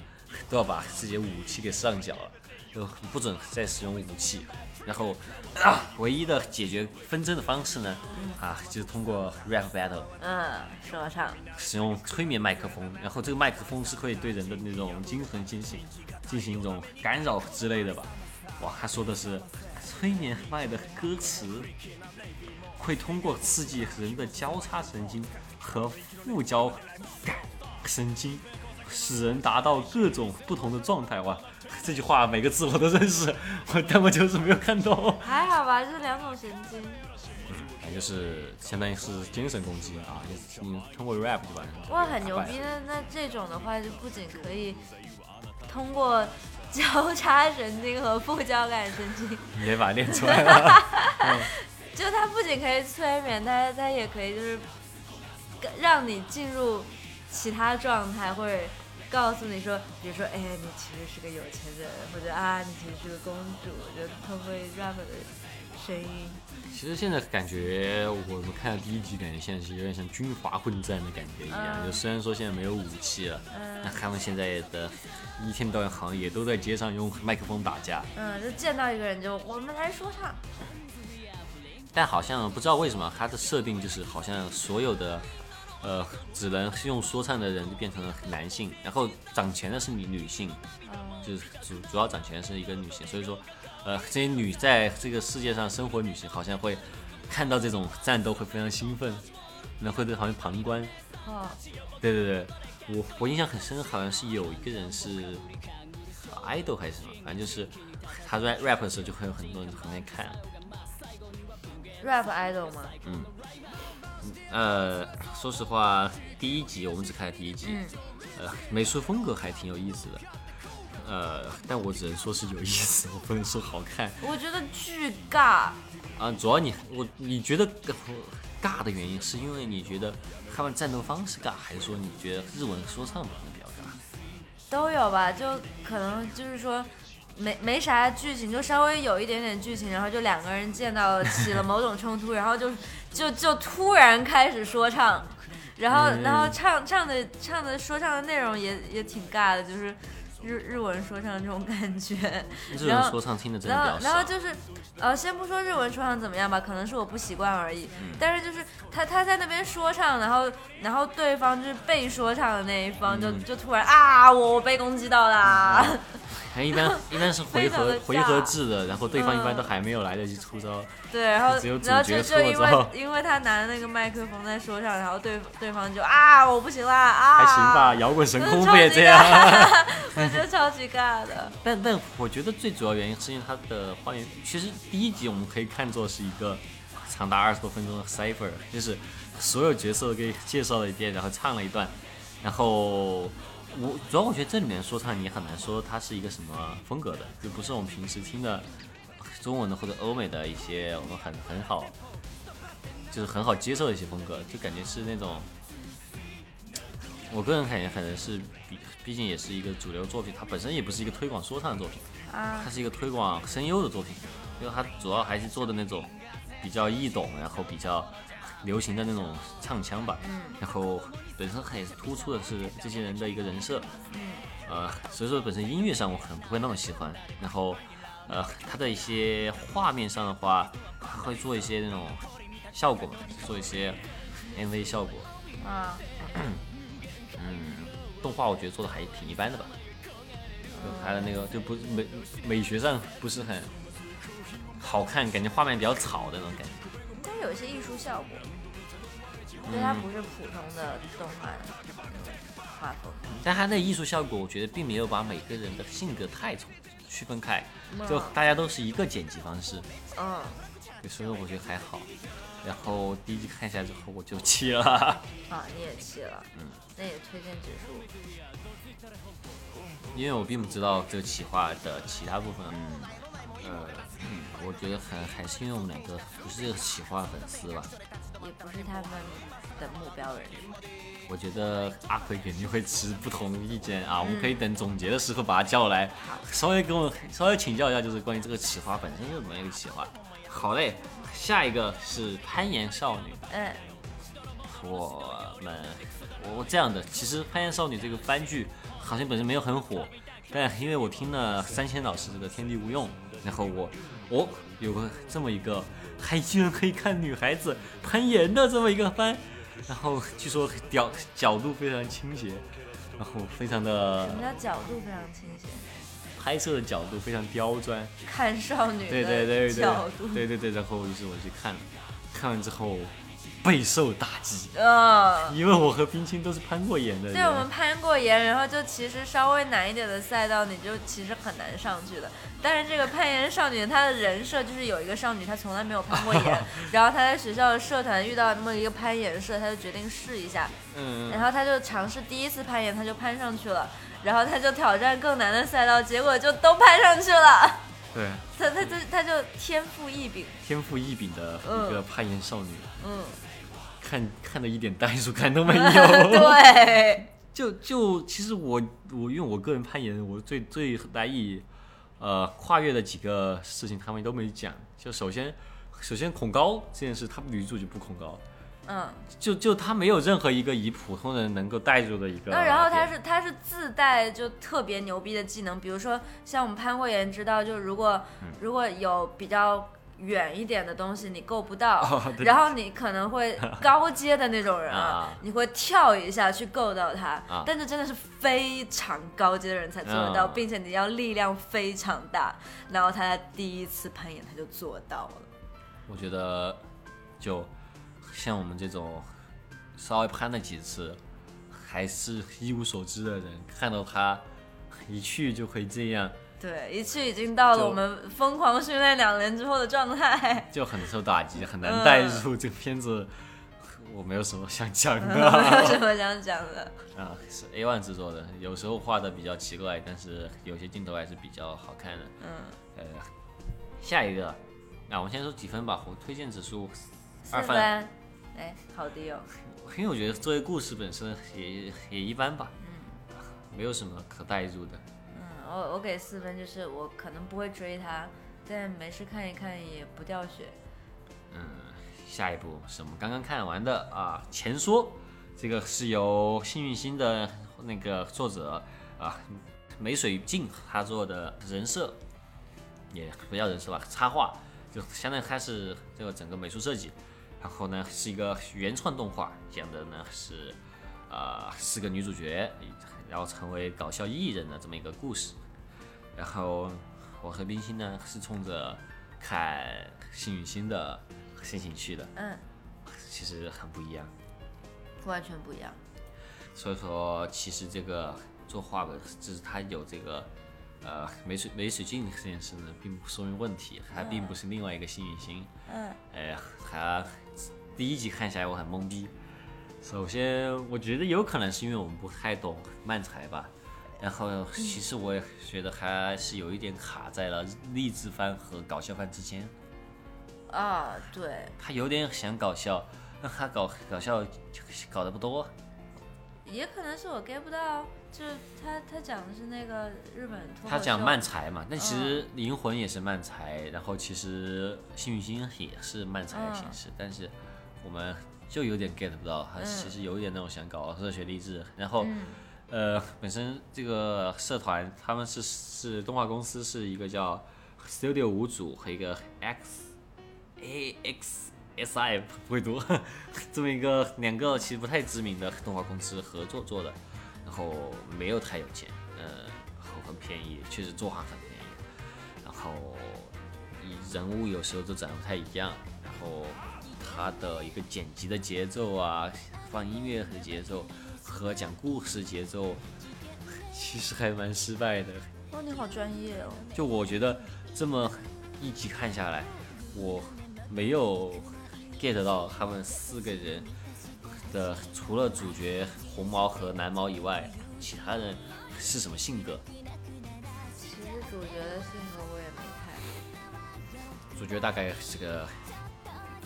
Speaker 2: 都要把自己的武器给上缴了，就不准再使用武器。然后、啊唯一的解决纷争的方式呢，啊，就是通过 rap battle，
Speaker 3: 嗯，说唱，
Speaker 2: 使用催眠麦克风，然后这个麦克风是会对人的那种精神进行进行一种干扰之类的吧？哇，他说的是催眠麦的歌词会通过刺激人的交叉神经和副交感神经，使人达到各种不同的状态。哇， 这句话每个字我都认识，我他妈就是没有看 懂。
Speaker 3: 还好吧，这两种神经，
Speaker 2: 反正就是相当于是精神攻击啊，就是嗯，通过 rap 就把人
Speaker 3: 哇，很牛
Speaker 2: 打败
Speaker 3: 逼！那那这种的话，就不仅可以通过 交叉神经和副交感神经，
Speaker 2: 你也把它练出来了。
Speaker 3: 就它不仅可以催眠，它它也可以就是让你进入其他状态，或者告诉你说，比如说，哎，你其实是个有钱人，或者啊，你其实是个公主，就通过 rap 的声音，
Speaker 2: 其实现在感觉我们看了第一集，感觉现在是有点像军阀混战的感觉一样。
Speaker 3: 嗯
Speaker 2: 就虽然说现在没有武器了，那
Speaker 3: 嗯
Speaker 2: 他们现在的一天到晚好像也都在街上用麦克风打架，
Speaker 3: 嗯，就见到一个人就我们来说唱，
Speaker 2: 但好像不知道为什么它的设定就是好像所有的。呃，只能用说唱的人就变成了男性，然后掌权的是女女性，
Speaker 3: 嗯
Speaker 2: 就是主主要掌权是一个女性，所以说，呃，这些女在这个世界上生活，女性好像会看到这种战斗会非常兴奋，然后会在旁边旁观。
Speaker 3: 哦，
Speaker 2: 对对对，我我印象很深，好像是有一个人是呃 idol 还是什么，反正就是他 rap rap 的时候就会有很多人在旁边看。
Speaker 3: rap idol 吗？
Speaker 2: 呃，说实话，第一集我们只看了第一集，
Speaker 3: 嗯
Speaker 2: 呃，美术风格还挺有意思的。呃，但我只能说是有意思，我不能说好看。
Speaker 3: 我觉得巨尬，
Speaker 2: 啊，主要你我你觉得呃尬的原因，是因为你觉得他们战斗方式尬，还是说你觉得日文说唱可能比较尬？
Speaker 3: 都有吧，就可能就是说没没啥剧情，就稍微有一点点剧情，然后就两个人见到起了某种冲突，然后就就就突然开始说唱，然后、
Speaker 2: 嗯
Speaker 3: 然后唱唱的唱的说唱的内容也也挺尬的，就是日日文说唱这种感觉。
Speaker 2: 日文说唱听的真的
Speaker 3: 然后
Speaker 2: 比较
Speaker 3: 然后
Speaker 2: 少。
Speaker 3: 就是，呃，先不说日文说唱怎么样吧，可能是我不习惯而已。
Speaker 2: 嗯
Speaker 3: 但是就是他他在那边说唱，然后然后对方就是被说唱的那一方就、
Speaker 2: 嗯
Speaker 3: 就突然啊，我我被攻击到啦，
Speaker 2: 还一般一般是回
Speaker 3: 非常
Speaker 2: 合
Speaker 3: 地
Speaker 2: 回合
Speaker 3: 尬啊
Speaker 2: 制的，然后对方一般
Speaker 3: 嗯
Speaker 2: 都还没有来得及出招。
Speaker 3: 对，然后
Speaker 2: 只有主
Speaker 3: 然后
Speaker 2: 角
Speaker 3: 就
Speaker 2: 说
Speaker 3: 就因
Speaker 2: 之后
Speaker 3: 为因为他拿那个麦克风在说唱，然后对对方就啊我不行啦啊，
Speaker 2: 还行吧，，摇滚神
Speaker 3: 嗯
Speaker 2: 功
Speaker 3: 超
Speaker 2: 不也
Speaker 3: 级
Speaker 2: 这样？
Speaker 3: 我觉得超级尬的，
Speaker 2: 但但我觉得最主要原因是因为它的花园，其实第一集我们可以看作是一个长达二十多分钟的 cipher，就是所有角色都给介绍了一遍，然后唱了一段，然后我主要我觉得这里面说唱你很难说它是一个什么风格的，就不是我们平时听的中文的或者欧美的一些我们很很好，就是很好接受的一些风格，就感觉是那种。我个人感觉可能是比，毕竟也是一个主流作品，它本身也不是一个推广说唱的作品，
Speaker 3: 啊
Speaker 2: 它是一个推广声优的作品，因为它主要还是做的那种比较易懂，然后比较流行的那种唱腔吧。
Speaker 3: 嗯
Speaker 2: 然后本身它也是突出的是这些人的一个人设，
Speaker 3: 嗯
Speaker 2: 呃，所以说本身音乐上我可能不会那么喜欢，然后呃，它的一些画面上的话，它会做一些那种效果嘛，做一些 MV 效果，
Speaker 3: 啊
Speaker 2: 嗯，动画我觉得做的还挺一般的吧。就还有那个就不美美学上不是很好看，感觉画面比较草的那种感觉。
Speaker 3: 但是有一些艺术效
Speaker 2: 嗯
Speaker 3: 果，我觉得它不是普通的动画的那种画风。
Speaker 2: 但它的艺术效果，我觉得并没有把每个人的性格太重区分开，
Speaker 3: 嗯
Speaker 2: 就大家都是一个剪辑方式，
Speaker 3: 嗯，
Speaker 2: 所以说我觉得还好。然后第一季看下来之后我就弃了，
Speaker 3: 啊，你也弃了，嗯，那也推荐指数，
Speaker 2: 因为我并不知道这个企划的其他部分。嗯，呃，我觉得还还是因为我们两个不是这个企划粉丝吧。
Speaker 3: 也不是他们的目标人，
Speaker 2: 我觉得阿奎肯定会持不同意见啊，我们可以等总结的时候把他叫来，稍微跟我稍微请教一下，就是关于这个企划本身是怎么一个企划。好嘞，下一个是攀岩少女，
Speaker 3: 嗯
Speaker 2: 我们我这样的，其实攀岩少女这个番剧好像本身没有很火，但因为我听了三千老师这个天地无用，然后我哦有个这么一个，还居然可以看女孩子攀岩的这么一个番，然后据说角角度非常倾斜，然后非常的
Speaker 3: 什么叫角度非常清晰？
Speaker 2: 拍摄的角度非常刁钻，
Speaker 3: 看少女
Speaker 2: 对对对
Speaker 3: 的
Speaker 2: 对
Speaker 3: 角度，
Speaker 2: 对对对，然后于是我去看了，看完之后备受打击。
Speaker 3: 嗯。
Speaker 2: 因为我和冰清都是攀过岩的人，
Speaker 3: 对我们攀过岩，然后就其实稍微难一点的赛道，你就其实很难上去的。但是这个攀岩少女，她的人设就是有一个少女，她从来没有攀过 岩，然后她在学校的社团遇到那么一个攀岩社，她就决定试一下，
Speaker 2: 嗯，
Speaker 3: 然后她就尝试第一次攀岩，她就攀上去了，然后她就挑战更难的赛道，结果就都攀上去了。
Speaker 2: 对，
Speaker 3: 她她就她就天赋异禀，
Speaker 2: 天赋异禀的一个攀岩少女，
Speaker 3: 嗯，
Speaker 2: 看看的一点代入感都没有。
Speaker 3: 对，
Speaker 2: 就就其实我我因为我个人攀岩，我最最难以呃跨越的几个事情，他们都没讲。就首先首先恐高这件事，他们女主就不恐高，
Speaker 3: 嗯。
Speaker 2: 就就她没有任何一个以普通人能够带入的一个点。
Speaker 3: 那然后他是他是自带就特别牛逼的技能，比如说像我们攀过岩知道，就如果、
Speaker 2: 嗯
Speaker 3: 如果有比较远一点的东西你够不到，
Speaker 2: 哦对
Speaker 3: 然后你可 能会高阶的那种人
Speaker 2: 啊
Speaker 3: 你会跳一下去够到它，
Speaker 2: 啊
Speaker 3: 但这真的是非常高阶的人才做得到，
Speaker 2: 嗯
Speaker 3: 并且你要力量非常大，然后他第一次攀岩他就做到了。
Speaker 2: 我觉得就像我们这种稍微攀了几次，还是一无所知的人，看到他一去就可以这样，
Speaker 3: 对，一去已经到了
Speaker 2: 就
Speaker 3: 我们疯狂训练两年之后的 状态。
Speaker 2: 就很受打击，很难
Speaker 3: 嗯
Speaker 2: 带入这个片子。我没有什么想讲的
Speaker 3: 没有什么想讲的。
Speaker 2: 啊，是 A One 制作的，有时候画的比较奇怪，但是有些镜头还是比较好看的。
Speaker 3: 嗯，
Speaker 2: 呃，下一个，啊那、我们先说几分吧，我推荐指数
Speaker 3: 四
Speaker 2: 二
Speaker 3: 分
Speaker 2: 分，，
Speaker 3: 哎，好低哦。
Speaker 2: 因为我觉得作为故事本身也也一般吧，没有什么可代入的。
Speaker 3: 嗯，我我给四分，就是我可能不会追他，但没事看一看也不掉血。
Speaker 2: 下一部是我们刚刚看完的啊，《前说》，这个是由幸运星的那个作者啊梅水镜他做的人设，也不叫人设吧，插画，就相当于他是这个整个美术设计。然后呢，是一个原创动画，讲的呢是啊、四个女主角，然后成为搞笑艺人的这么一个故事。然后我和冰心呢是冲着看幸运星的心情去的，
Speaker 3: 嗯，
Speaker 2: 其实很不一样。
Speaker 3: 完全不一样。
Speaker 2: 所以说，其实这个作画的，就是它有这个呃美水美水镜这件事呢，并不说明问题，它并不是另外一个幸运星。
Speaker 3: 嗯，
Speaker 2: 哎，它第一集看起来我很懵逼。首先，我觉得有可能是因为我们不太懂漫才吧。然后，其实我也觉得还是有一点卡在了励志番和搞笑番之间。
Speaker 3: 啊，对，
Speaker 2: 他有点想搞笑，但他搞搞笑搞得不多。
Speaker 3: 也可能是我 get 不到，就是他他讲的是那个日本脱口秀。
Speaker 2: 他讲漫才嘛，但其实灵魂也是漫才，然后其实幸运星也是漫才的形式，但是我们就有点 get 不到，他其实有一点那种想搞热血励志，然后。呃，本身这个社团他们是是动画公司，是一个叫 Studio 五组和一个 X A X S I 不会读 这么一个两个其实不太知名的动画公司合作做的，然后没有太有钱，呃，很很便宜，确实作画很便宜，然后以人物有时候都长得不太一样，然后它的一个剪辑的节奏啊，放音乐的节奏和讲故事节奏，其实还蛮失败的。
Speaker 3: 哦，你好专业哦。
Speaker 2: 就我觉得这么一集看下来，我没有 get 到他们四个人的除了主角红毛和蓝毛以外，其他人是什么性格。
Speaker 3: 其实主角的性格我也没看，
Speaker 2: 主角大概是个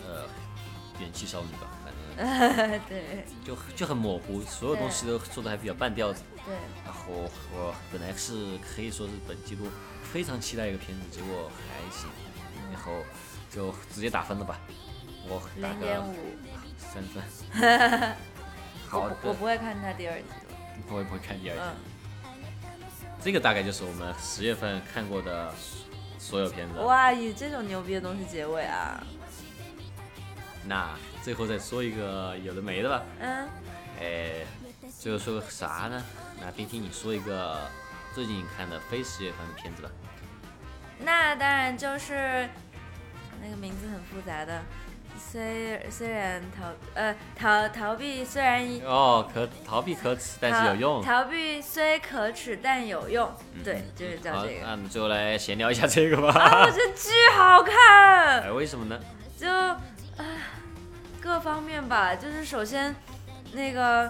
Speaker 2: 呃元气少女吧，反正
Speaker 3: 对
Speaker 2: 就就很模糊，所有东西都做的还比较半吊子。
Speaker 3: 对，
Speaker 2: 然后我本来是可以说是本季度非常期待一个片子，结果还行，然后就直接打分了吧，我打
Speaker 3: 零点
Speaker 2: 个
Speaker 3: 五，
Speaker 2: 三分。 好
Speaker 3: 我
Speaker 2: 的哎
Speaker 3: 不，我不会看他第二集了。
Speaker 2: 我也不会看第二
Speaker 3: 嗯
Speaker 2: 集。，这个大概就是我们十月份看过的所有片子。
Speaker 3: 哇，以这种牛逼的东西结尾啊，
Speaker 2: 那最后再说一个有的没的吧。
Speaker 3: 嗯，
Speaker 2: 哎，最后说个啥呢？那冰听你说一个最近看的非十月份的片子吧。
Speaker 3: 那当然就是那个名字很复杂的。虽虽然逃呃逃逃避虽然
Speaker 2: 哦，可逃避可耻，但是有用。嗯
Speaker 3: 逃逃避虽可耻但有用，对，就是叫
Speaker 2: 好，啊
Speaker 3: 这个。
Speaker 2: 那我们最后来闲聊一下这个
Speaker 3: 啊，我
Speaker 2: 吧。
Speaker 3: 觉得巨好看，啊
Speaker 2: 哎，为什么呢？
Speaker 3: 就啊各方面吧，就是首先那个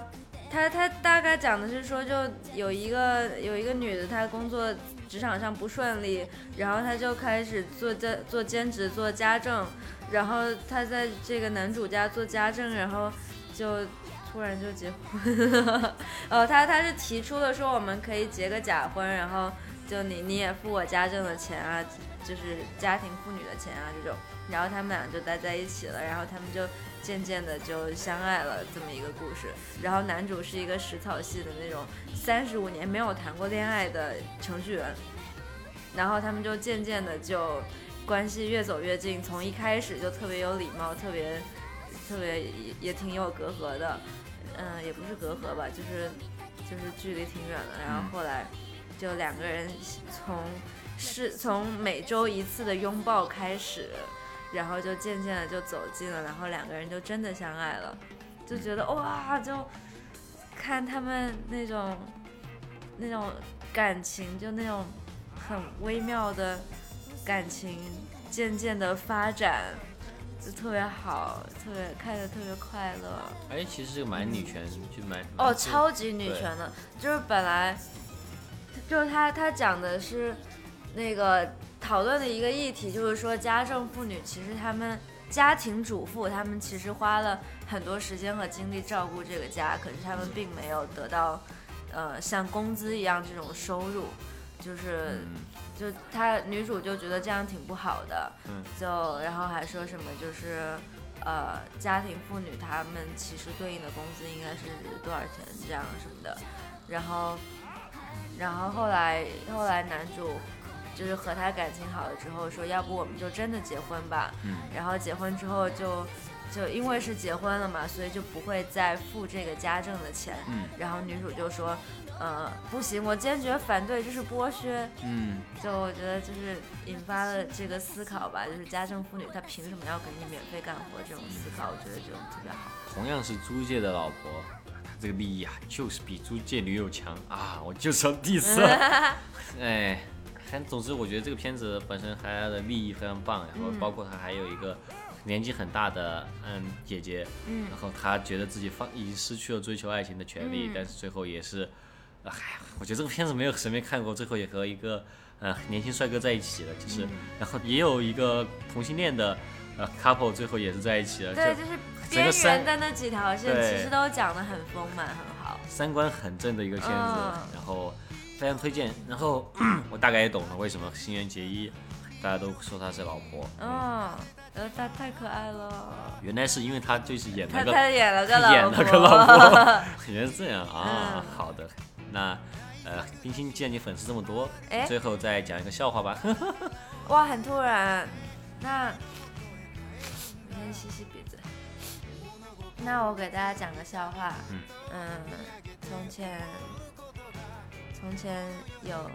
Speaker 3: 他他大概讲的是说，就有一个有一个女的，她工作职场上不顺利，然后她就开始做兼做兼职做家政，然后她在这个男主家做家政，然后就。突然就结婚了， 哦，他他是提出了说我们可以结个假婚，然后就你你也付我家政的钱啊，就是家庭妇女的钱啊这种，然后他们俩就待在一起了，然后他们就渐渐的就相爱了这么一个故事。然后男主是一个食草系的那种三十五年没有谈过恋爱的程序员，然后他们就渐渐的就关系越走越近，从一开始就特别有礼貌，特别特别也也挺有隔阂的，嗯、也不是隔阂吧，就是就是距离挺远的。然后后来就两个人从是从每周一次的拥抱开始，然后就渐渐的就走近了，然后两个人就真的相爱了，就觉得哇，就看他们那种那种感情，就那种很微妙的感情渐渐的发展，就特别好，特别看着特别快乐。
Speaker 2: 哎，其实这个蛮女权，就蛮
Speaker 3: 哦，
Speaker 2: 蛮
Speaker 3: 超级女权的，就是本来就是他他讲的是那个讨论的一个议题，就是说家政妇女其实她们家庭主妇，她们其实花了很多时间和精力照顾这个家，可是她们并没有得到呃像工资一样这种收入，就是
Speaker 2: 嗯，
Speaker 3: 就她女主就觉得这样挺不好的，
Speaker 2: 嗯
Speaker 3: 就然后还说什么就是，呃，家庭妇女她们其实对应的工资应该是多少钱这样什么的，然后，然后后来后来男主就是和她感情好了之后说，要不我们就真的结婚吧，
Speaker 2: 嗯
Speaker 3: 然后结婚之后就就因为是结婚了嘛，所以就不会再付这个家政的钱，
Speaker 2: 嗯
Speaker 3: 然后女主就说，呃，不行，我坚决反对，这是剥削，
Speaker 2: 嗯，
Speaker 3: 就我觉得就是引发了这个思考吧，就是家政妇女她凭什么要给你免费干活这种思考，我觉得就特别好。
Speaker 2: 同样是租界的老婆，这个利益啊，就是比租界女友强啊！我就是要 diss 了。哎，但总之我觉得这个片子本身它的利益非常棒，然后包括它还有一个年纪很大的嗯姐姐，嗯，然后她觉得自己放已经失去了追求爱情的权利，但是最后也是，哎呀，我觉得这个片子没有谁没看过，最后也和一个呃年轻帅哥在一起了，就是，然后也有一个同性恋的。呃，couple 最后也是在一起了，
Speaker 3: 对，
Speaker 2: 就
Speaker 3: 就是
Speaker 2: 整
Speaker 3: 边
Speaker 2: 个
Speaker 3: 缘
Speaker 2: 三
Speaker 3: 的那几条线
Speaker 2: 对
Speaker 3: 其实都讲得很丰满，很好。
Speaker 2: 三观很正的一个片子，
Speaker 3: 嗯
Speaker 2: 然后非常推荐。然后 我大概也懂了为什么新垣结衣大家都说她是老婆，
Speaker 3: 嗯，呃，她太可爱了，
Speaker 2: 原来是因为她就是 演
Speaker 3: 她
Speaker 2: 那个
Speaker 3: 她演了个老婆，
Speaker 2: 演了个老婆， 原来是这样啊。
Speaker 3: 嗯
Speaker 2: 好的，那呃，冰心，既然你粉丝这么多
Speaker 3: 哎，
Speaker 2: 最后再讲一个笑话吧。
Speaker 3: 哇，很突然。那我先吸吸鼻子。那我给大家讲个笑话。
Speaker 2: 嗯
Speaker 3: 从前，从前有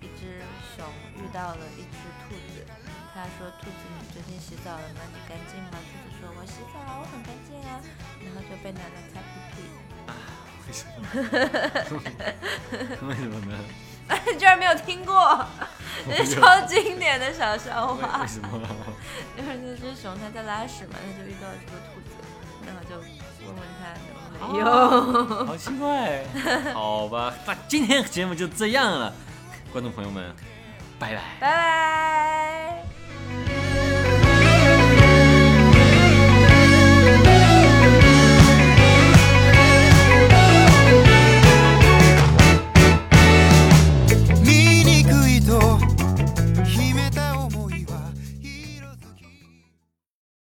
Speaker 3: 一只熊遇到了一只兔子，他说：“兔子，你最近洗澡了吗？你干净吗？”兔子说：“我洗澡啊，我很干净啊。”然后就被奶奶擦屁屁。
Speaker 2: 为 什么？为什么呢？
Speaker 3: 你居然没有听过，这是 超经典的小笑
Speaker 2: 为
Speaker 3: 话
Speaker 2: 为。什么？
Speaker 3: 就是那只熊它在拉屎嘛，它就遇到这个兔子，然后就问问它有没有。
Speaker 2: 好奇怪。好吧，那今天的节目就这样了，观众朋友们，拜拜。
Speaker 3: 拜拜。